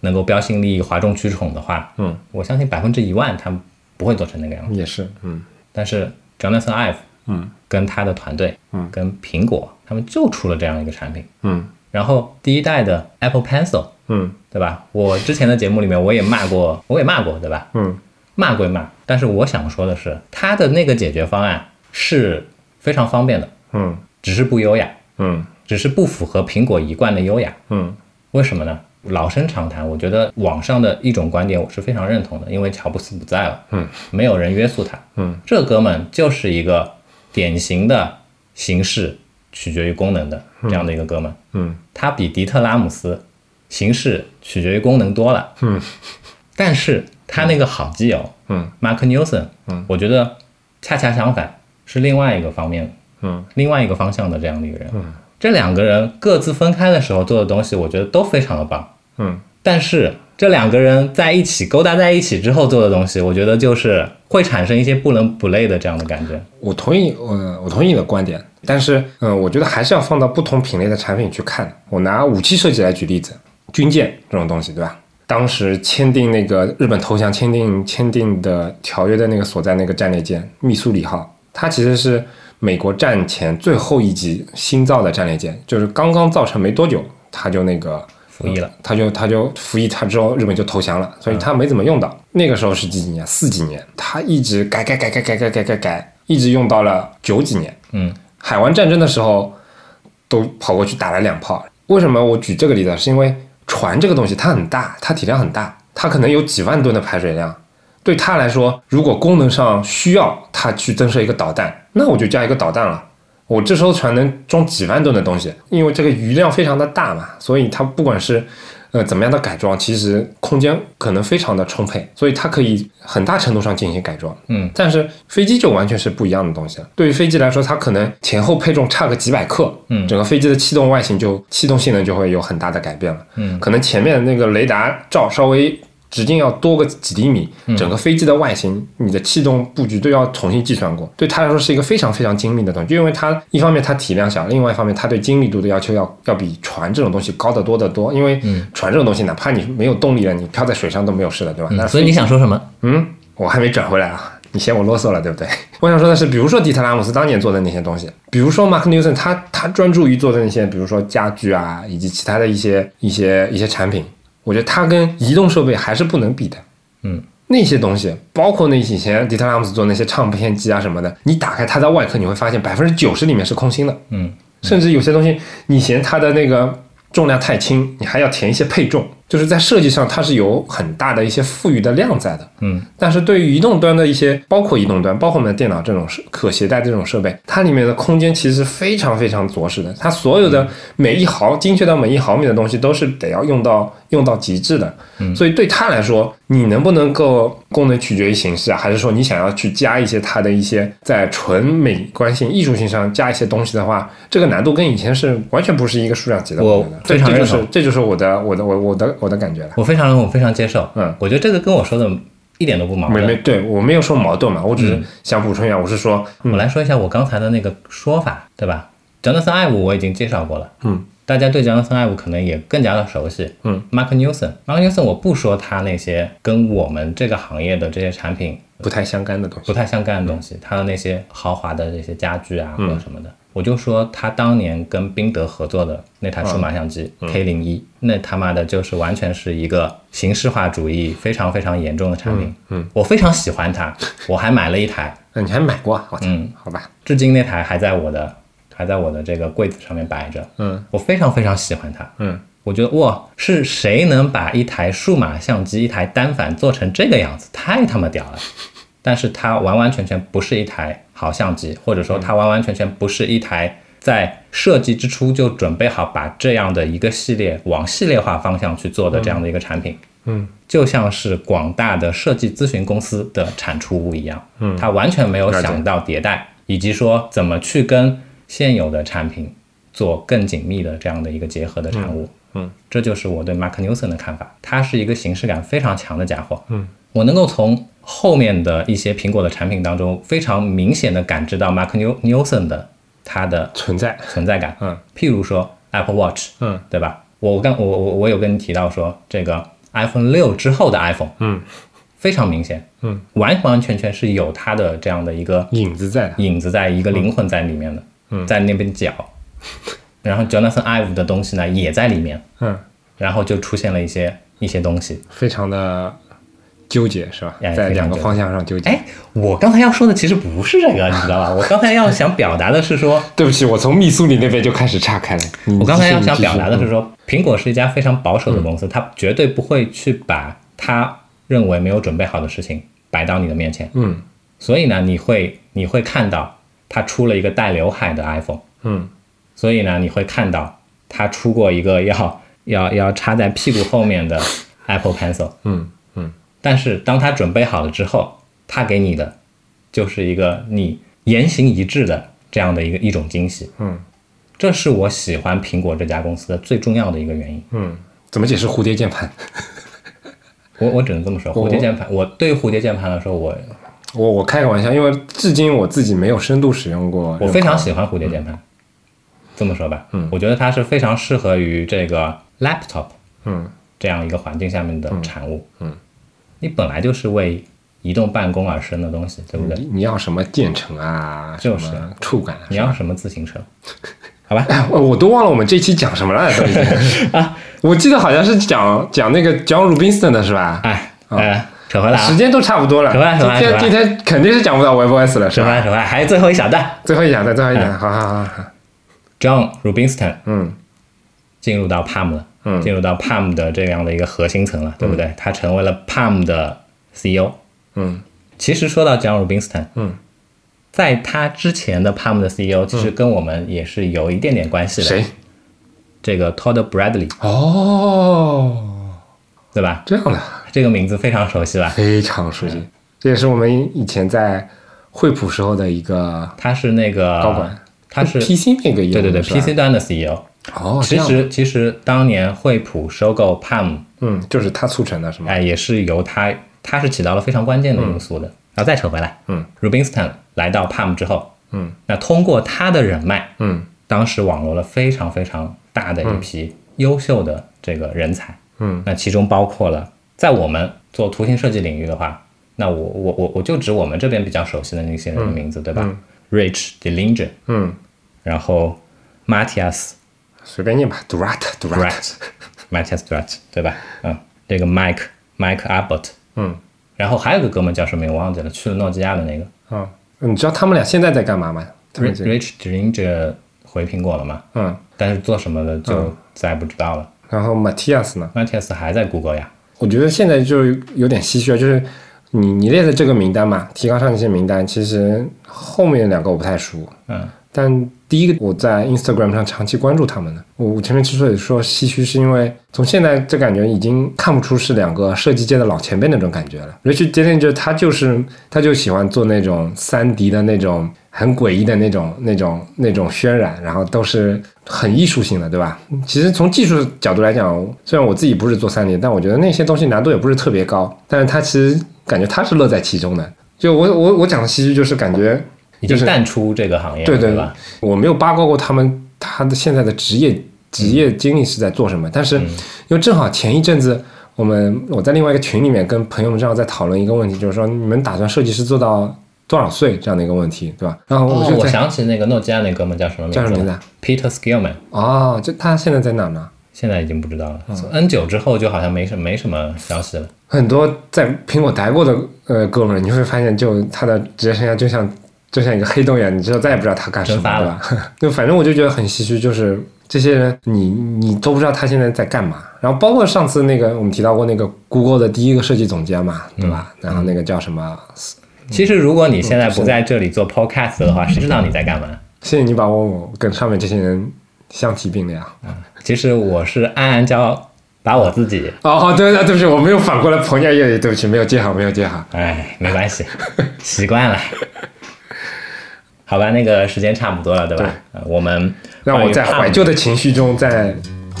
[SPEAKER 2] 能够标新立异、哗众取宠的话，
[SPEAKER 1] 嗯，
[SPEAKER 2] 我相信百分之一万他们不会做成那个样子。
[SPEAKER 1] 也是嗯
[SPEAKER 2] 但是 Jonathan Ive，
[SPEAKER 1] 嗯，
[SPEAKER 2] 跟他的团队，嗯，跟苹果，他们就出了这样一个产品。
[SPEAKER 1] 嗯
[SPEAKER 2] 然后第一代的 Apple Pencil，
[SPEAKER 1] 嗯
[SPEAKER 2] 对吧？我之前的节目里面我也骂过，我也骂过，对吧？
[SPEAKER 1] 嗯
[SPEAKER 2] 骂归骂，但是我想说的是，它的那个解决方案是非常方便的，
[SPEAKER 1] 嗯
[SPEAKER 2] 只是不优雅。
[SPEAKER 1] 嗯
[SPEAKER 2] 只是不符合苹果一贯的优雅。
[SPEAKER 1] 嗯
[SPEAKER 2] 为什么呢？老生常谈，我觉得网上的一种观点我是非常认同的，因为乔布斯不在了，嗯，没有人约束他，
[SPEAKER 1] 嗯，
[SPEAKER 2] 这哥们就是一个典型的形式取决于功能的这样的一个哥们，
[SPEAKER 1] 嗯
[SPEAKER 2] 他比迪特拉姆斯形式取决于功能多了，
[SPEAKER 1] 嗯，
[SPEAKER 2] 但是他那个好基友，
[SPEAKER 1] 嗯
[SPEAKER 2] ，Mark Newson，嗯，我觉得恰恰相反，是另外一个方面，
[SPEAKER 1] 嗯，
[SPEAKER 2] 另外一个方向的这样的一个人，嗯，这两个人各自分开的时候做的东西，我觉得都非常的棒，
[SPEAKER 1] 嗯，
[SPEAKER 2] 但是这两个人在一起勾搭在一起之后做的东西，我觉得就是会产生一些不伦不类的这样的感觉，
[SPEAKER 1] 我同意，我、我同意你的观点，但是，嗯、我觉得还是要放到不同品类的产品去看。我拿武器设计来举例子，军舰这种东西，对吧？当时签订那个日本投降签订签订的条约的那个所在那个战列舰密苏里号，它其实是美国战前最后一级新造的战列舰，就是刚刚造成没多久，它就那个
[SPEAKER 2] 服役了，
[SPEAKER 1] 他就他就服役他之后，日本就投降了，所以他没怎么用到。那个时候是几几年？四几年，他一直改改改改改改改改改，一直用到了九几年。
[SPEAKER 2] 嗯，
[SPEAKER 1] 海湾战争的时候都跑过去打了两炮。为什么我举这个例子？是因为船这个东西它很大，它体量很大，它可能有几万吨的排水量。对它来说，如果功能上需要它去增设一个导弹，那我就加一个导弹了。我这艘船能装几万吨的东西，因为这个余量非常的大嘛，所以它不管是呃怎么样的改装，其实空间可能非常的充沛，所以它可以很大程度上进行改装。
[SPEAKER 2] 嗯，
[SPEAKER 1] 但是飞机就完全是不一样的东西了。对于飞机来说，它可能前后配重差个几百克，
[SPEAKER 2] 嗯
[SPEAKER 1] 整个飞机的气动外形就气动性能就会有很大的改变了。
[SPEAKER 2] 嗯
[SPEAKER 1] 可能前面那个雷达罩稍微直径要多个几厘米，嗯整个飞机的外形、你的气动布局都要重新计算过。对它来说是一个非常非常精密的东西，就因为它一方面它体量小，另外一方面它对精密度的要求要要比船这种东西高得多得多。因为船这种东西，哪怕你没有动力了，你漂在水上都没有事的，对吧？那
[SPEAKER 2] 所以你想说什么？
[SPEAKER 1] 嗯，我还没转回来啊，你嫌我啰嗦了，对不 对？我想说的是，比如说迪特拉姆斯当年做的那些东西，比如说马克 Newson 他他专注于做的那些，比如说家具啊，以及其他的一些一些一些产品，我觉得它跟移动设备还是不能比的。
[SPEAKER 2] 嗯，
[SPEAKER 1] 那些东西，包括那以前迪特拉姆斯做那些唱片机啊什么的，你打开它的外壳，你会发现百分之九十里面是空心的。
[SPEAKER 2] 嗯，
[SPEAKER 1] 甚至有些东西你嫌它的那个重量太轻，你还要填一些配重，就是在设计上它是有很大的一些富裕的量在的。
[SPEAKER 2] 嗯，
[SPEAKER 1] 但是对于移动端的一些，包括移动端，包括我们的电脑这种设可携带这种设备，它里面的空间其实非常非常着实的，它所有
[SPEAKER 2] 嗯
[SPEAKER 1] 的每一毫、精确到每一毫米的东西都是得要用到用到极致的。
[SPEAKER 2] 嗯
[SPEAKER 1] 所以对它来说，你能不能够功能取决于形式啊，还是说你想要去加一些它的一些在纯美观性、艺术性上加一些东西的话，这个难度跟以前是完全不是一个数量级的。
[SPEAKER 2] 我
[SPEAKER 1] 觉得这
[SPEAKER 2] 非常
[SPEAKER 1] 这就
[SPEAKER 2] 认
[SPEAKER 1] 是
[SPEAKER 2] 同
[SPEAKER 1] 这就是我的我的我我的我的感觉了。
[SPEAKER 2] 我非常认同，我非常接受。
[SPEAKER 1] 嗯，
[SPEAKER 2] 我觉得这个跟我说的一点都不矛
[SPEAKER 1] 没
[SPEAKER 2] 盾。
[SPEAKER 1] 没，对我没有说矛盾嘛，我只
[SPEAKER 2] 嗯
[SPEAKER 1] 是想补充一下，我是说，
[SPEAKER 2] 我来说一下我刚才的那个说法，对吧？Jonathan Ive 我已经介绍过了，
[SPEAKER 1] 嗯，
[SPEAKER 2] 大家对 Jonathan Ive 可能也更加的熟悉，
[SPEAKER 1] 嗯
[SPEAKER 2] ，Mark Newson，Mark Newson 我不说他那些跟我们这个行业的这些产品
[SPEAKER 1] 不太相干的东
[SPEAKER 2] 不
[SPEAKER 1] 西。
[SPEAKER 2] 太相干的东西，他的那些豪华的这些家具啊或者什么的，我就说他当年跟宾得合作的那台数码相机 K 零一，那他妈的就是完全是一个形式化主义非常非常严重的产品，嗯，我非常喜欢它，我还买了一台。
[SPEAKER 1] 那你还买过啊？我操
[SPEAKER 2] 嗯，
[SPEAKER 1] 好吧，
[SPEAKER 2] 至今那台还在我的还在我的这个柜子上面摆着。
[SPEAKER 1] 嗯，
[SPEAKER 2] 我非常非常喜欢它。
[SPEAKER 1] 嗯，
[SPEAKER 2] 我觉得哇，是谁能把一台数码相机、一台单反做成这个样子？太他妈屌 了！但是它完完全全不是一台好相机，或者说它完完全全不是一台在设计之初就准备好把这样的一个系列往系列化方向去做的这样的一个产品。
[SPEAKER 1] 嗯，
[SPEAKER 2] 就像是广大的设计咨询公司的产出物一样，嗯，它完全没有
[SPEAKER 1] 了解
[SPEAKER 2] 想到迭代，以及说怎么去跟现有的产品做更紧密的这样的一个结合的产物。
[SPEAKER 1] 嗯嗯
[SPEAKER 2] 这就是我对 Mark Newson 的看法，他是一个形式感非常强的家伙。嗯，我能够从后面的一些苹果的产品当中非常明显的感知到 Mark New- Newson 的他的
[SPEAKER 1] 存在，
[SPEAKER 2] 存在感。
[SPEAKER 1] 嗯，
[SPEAKER 2] 譬如说 Apple Watch，
[SPEAKER 1] 嗯，
[SPEAKER 2] 对吧？我刚我我我有跟你提到说，这个 iPhone 六之后的 iPhone，
[SPEAKER 1] 嗯，
[SPEAKER 2] 非常明显，
[SPEAKER 1] 嗯，
[SPEAKER 2] 完完全全是有它的这样的一个
[SPEAKER 1] 影子在的。
[SPEAKER 2] 影子在，一个灵魂在里面的，嗯，在那边搅。 然后 Jonathan Ive 的东西呢也在里面，
[SPEAKER 1] 嗯，
[SPEAKER 2] 然后就出现了一些一些东西。
[SPEAKER 1] 非常的纠结，是吧？
[SPEAKER 2] 哎
[SPEAKER 1] 在
[SPEAKER 2] 非常
[SPEAKER 1] 两个
[SPEAKER 2] 纠结
[SPEAKER 1] 方向上纠结。
[SPEAKER 2] 哎，我刚才要说的其实不是这个，你知道吧？我刚才要想表达的是说，
[SPEAKER 1] 对不起，我从密苏里那边就开始岔开了。你
[SPEAKER 2] 我刚才要
[SPEAKER 1] 继续
[SPEAKER 2] 想表达
[SPEAKER 1] 你继
[SPEAKER 2] 的，嗯是嗯
[SPEAKER 1] 续
[SPEAKER 2] 说，苹果是一家非常保守的公司，它绝对不会去把它认为没有准备好的事情摆到你的面前。
[SPEAKER 1] 嗯
[SPEAKER 2] 所以呢，你会你会看到它出了一个带刘海的 iPhone，
[SPEAKER 1] 嗯
[SPEAKER 2] 所以呢，你会看到它出过一个要 要要插在屁股后 面的 Apple Pencil。
[SPEAKER 1] 嗯嗯
[SPEAKER 2] 但是当他准备好了之后，他给你的就是一个你言行一致的这样的一个一种惊喜。
[SPEAKER 1] 嗯，
[SPEAKER 2] 这是我喜欢苹果这家公司的最重要的一个原因。
[SPEAKER 1] 嗯，怎么解释蝴蝶键盘？
[SPEAKER 2] 我我只能这么说，
[SPEAKER 1] 我
[SPEAKER 2] 蝴蝶键盘，我对蝴蝶键盘来说，我
[SPEAKER 1] 我我开个玩笑，因为至今我自己没有深度使用过。
[SPEAKER 2] 我非常喜欢蝴蝶键盘。这么说吧，嗯，我觉得它是非常适合于这个 laptop
[SPEAKER 1] 嗯
[SPEAKER 2] 这样一个环境下面的产物。嗯，你本来就是为移动办公而生的东西，对不对？
[SPEAKER 1] 你你要什么键程啊，什
[SPEAKER 2] 就是
[SPEAKER 1] 么触感啊？
[SPEAKER 2] 你要什么自行车？好吧，
[SPEAKER 1] 我 我都忘了我们这期讲什么了，都已经
[SPEAKER 2] 啊！
[SPEAKER 1] 我记得好像是讲讲那个 John Rubinston 的是吧？
[SPEAKER 2] 哎，呃，扯回来啊
[SPEAKER 1] 时，间都差不多了，
[SPEAKER 2] 扯吧扯吧
[SPEAKER 1] 今天
[SPEAKER 2] 扯吧
[SPEAKER 1] 今天肯定是讲不到 WebOS 了，是
[SPEAKER 2] 扯回
[SPEAKER 1] 吧？
[SPEAKER 2] 来，扯回来，还有最后一小段。
[SPEAKER 1] 最后一讲的，最后一
[SPEAKER 2] 嗯
[SPEAKER 1] 讲，好好好好，
[SPEAKER 2] John Rubinston
[SPEAKER 1] 嗯
[SPEAKER 2] 进入到 Palm 了，
[SPEAKER 1] 嗯
[SPEAKER 2] 进入到 Palm 的这样的一个核心层了，对不对？他成为了 Palm 的 CEO。
[SPEAKER 1] 嗯
[SPEAKER 2] 其实说到 John Rubinston，
[SPEAKER 1] 嗯，
[SPEAKER 2] 在他之前的 Palm 的 CEO，其实跟我们也是有一点点关系的。
[SPEAKER 1] 谁？
[SPEAKER 2] 这个 Todd Bradley，
[SPEAKER 1] 哦，
[SPEAKER 2] 对吧？
[SPEAKER 1] 这样的，
[SPEAKER 2] 这个名字非常熟悉吧？
[SPEAKER 1] 非常熟悉，这也是我们以前在惠普时候的一个
[SPEAKER 2] 他是那个
[SPEAKER 1] 高管，
[SPEAKER 2] 他是
[SPEAKER 1] PC 那个业务，
[SPEAKER 2] 对对对
[SPEAKER 1] 是吧
[SPEAKER 2] PC 端的 CEO。
[SPEAKER 1] 哦，这
[SPEAKER 2] 其
[SPEAKER 1] 样
[SPEAKER 2] 实其实当年惠普收购 Palm
[SPEAKER 1] 嗯，就是他促成的，是吗？
[SPEAKER 2] 哎，也是由他，他是起到了非常关键的因素的。然后再扯回来，
[SPEAKER 1] 嗯
[SPEAKER 2] ，Rubinston 来到 Palm 之后，
[SPEAKER 1] 嗯，
[SPEAKER 2] 那通过他的人脉，
[SPEAKER 1] 嗯
[SPEAKER 2] 当时网罗了非常非常大的一批优秀的这个人才，
[SPEAKER 1] 嗯
[SPEAKER 2] 那其中包括了在我们做图形设计领域的话，那我我我我就指我们这边比较熟悉的那些人的名字，对吧、r i c h Delinger，
[SPEAKER 1] 嗯，
[SPEAKER 2] 然后 Matthias
[SPEAKER 1] 随便念吧，Durat Durat，
[SPEAKER 2] Durat Matthias Durat，对吧？嗯，这个 Mike Mike Abbott。
[SPEAKER 1] 嗯
[SPEAKER 2] 然后还有个哥们叫什么名我忘记了，去了诺基亚的那个
[SPEAKER 1] 啊，你知道他们俩现在在干嘛吗？他们
[SPEAKER 2] Rich
[SPEAKER 1] 这个
[SPEAKER 2] Rich Dringer 回苹果了嘛？
[SPEAKER 1] 嗯，
[SPEAKER 2] 但是做什么的就再不知道了。
[SPEAKER 1] 然后 Matthias 呢？
[SPEAKER 2] Matthias 还在 Google 呀，
[SPEAKER 1] 我觉得现在就有点唏嘘了，就是你你列的这个名单嘛，提纲上那些名单，其实后面两个我不太熟，
[SPEAKER 2] 嗯，
[SPEAKER 1] 但第一个我在 Instagram 上长期关注他们的。我前面之所以说唏嘘，是因为从现在这感觉已经看不出是两个设计界的老前辈那种感觉了。Richard d e l i n g e r 他就是他就喜欢做那种三 D 的那种很诡异的那种、那种、那种渲染，然后都是很艺术性的，对吧？其实从技术角度来讲，虽然我自己不是做三 D，但我觉得那些东西难度也不是特别高，但是它其实感觉它是乐在其中的。就我我我讲的其实就是感觉
[SPEAKER 2] 已
[SPEAKER 1] 就
[SPEAKER 2] 经
[SPEAKER 1] 是
[SPEAKER 2] 淡出这个行业了，
[SPEAKER 1] 对对
[SPEAKER 2] 吧？，
[SPEAKER 1] 我没有八卦过他们他的现在的职业职
[SPEAKER 2] 嗯
[SPEAKER 1] 业经历是在做什么，但是因为正好前一阵子我们我在另外一个群里面跟朋友们正好在讨论一个问题，就是说你们打算设计师做到多少岁这样的一个问题，对吧？然后我
[SPEAKER 2] 哦
[SPEAKER 1] 就，
[SPEAKER 2] 我
[SPEAKER 1] 在
[SPEAKER 2] 想起那个诺基亚那哥们叫什么名字
[SPEAKER 1] 叫
[SPEAKER 2] 了？
[SPEAKER 1] 什么名字啊
[SPEAKER 2] p e t e r Skillman，
[SPEAKER 1] 哦，就他现在在哪呢？
[SPEAKER 2] 现在已经不知道了。N
[SPEAKER 1] 哦
[SPEAKER 2] 九之后就好像没什没什么消息了。
[SPEAKER 1] 很多在苹果待过的呃哥们儿，你会发现，就他的职业生涯就像就像一个黑洞一样，你知道再也不知道他干什么，
[SPEAKER 2] 蒸发
[SPEAKER 1] 对
[SPEAKER 2] 了
[SPEAKER 1] 吧？ 就反正我就觉得很唏嘘，就是这些人，你你都不知道他现在在干嘛。然后包括上次那个我们提到过那个 Google 的第一个设计总监嘛，对吧？
[SPEAKER 2] 嗯
[SPEAKER 1] 然后那个叫什么？嗯
[SPEAKER 2] 其实如果你现在不在这里做 podcast 的话，谁知道你在干嘛？
[SPEAKER 1] 谢谢你把我我跟上面这些人相提并啊量。
[SPEAKER 2] 其实我是暗暗骄傲，把我自己，
[SPEAKER 1] 哦，好，对对对不起，我没有反过来彭佳丽，对不起，没有接好，没有接好。
[SPEAKER 2] 哎，没关系， 习惯了。好吧，那个时间差不多了，对吧？呃我们
[SPEAKER 1] 让我在
[SPEAKER 2] 关于 Palm-
[SPEAKER 1] 怀旧的情绪中再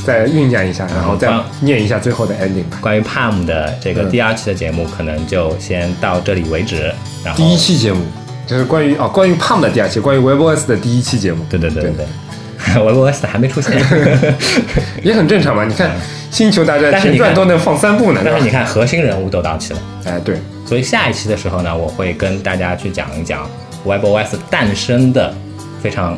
[SPEAKER 1] 再酝酿一下，然后再
[SPEAKER 2] 好
[SPEAKER 1] 念一下最后的 ending 吧。
[SPEAKER 2] 关于 Palm 的这
[SPEAKER 1] 嗯
[SPEAKER 2] 个第二期的节目，可能就先到这里为止。然后
[SPEAKER 1] 第一期节目就是关于哦，关于 Palm 的第二期，关于 WebOS 的第一期节目，
[SPEAKER 2] 对对对对对， 我我还没出 现，
[SPEAKER 1] 也很正常嘛。你看《星球大战
[SPEAKER 2] 嗯但是
[SPEAKER 1] 前
[SPEAKER 2] 你
[SPEAKER 1] 传
[SPEAKER 2] 看》
[SPEAKER 1] 都能放三部呢，
[SPEAKER 2] 但是你
[SPEAKER 1] 对吧？
[SPEAKER 2] 看核心人物都到齐了，
[SPEAKER 1] 哎，对，
[SPEAKER 2] 所以下一期的时候呢，我会跟大家去讲一讲 WebOS 诞生的非常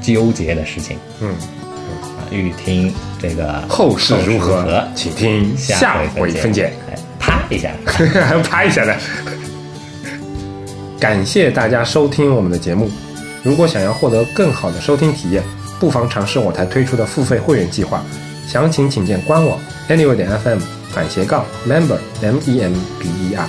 [SPEAKER 2] 纠结的事情。
[SPEAKER 1] 嗯，
[SPEAKER 2] 啊，欲听这个
[SPEAKER 1] 后事如何，请听
[SPEAKER 2] 下
[SPEAKER 1] 下回分解。。
[SPEAKER 2] 哎，啪一下。
[SPEAKER 1] 还要拍一下的。感谢大家收听我们的节目。如果想要获得更好的收听体验，不妨尝试我台推出的付费会员计划。详情请见官网 anyway 点 fm 反斜杠 member m e m b e r。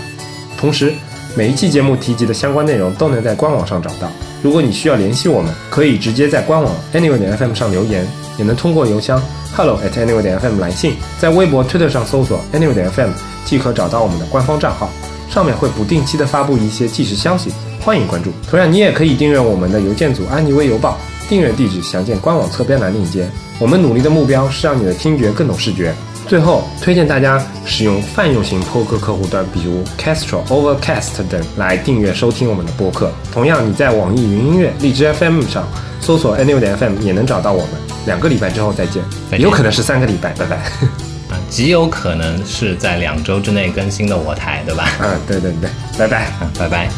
[SPEAKER 1] 同时，每一期节目提及的相关内容都能在官网上找到。如果你需要联系我们，可以直接在官网 anyway 点 fm 上留言，也能通过邮箱 hello at anyway 点 fm 来信，在微博、推特上搜索 anyway 点 fm 即可找到我们的官方账号，上面会不定期的发布一些即时消息，欢迎关注。同样，你也可以订阅我们的邮件组安妮微邮报，订阅地址详见官网侧边栏链接。我们努力的目标是让你的听觉更懂视觉。最后，推荐大家使用泛用型播客客户端，比如 Castro、Overcast 等来订阅收听我们的播客。同样，你在网易云音乐、荔枝 FM 上搜索 N 六点 FM 也能找到我们。两个礼拜之后再见，
[SPEAKER 2] 再见
[SPEAKER 1] 有可能是三个礼拜，拜 拜。
[SPEAKER 2] 啊，极有可能是在两周之内更新的我台，对吧？
[SPEAKER 1] 啊嗯，对对对，拜拜。
[SPEAKER 2] 啊，拜拜。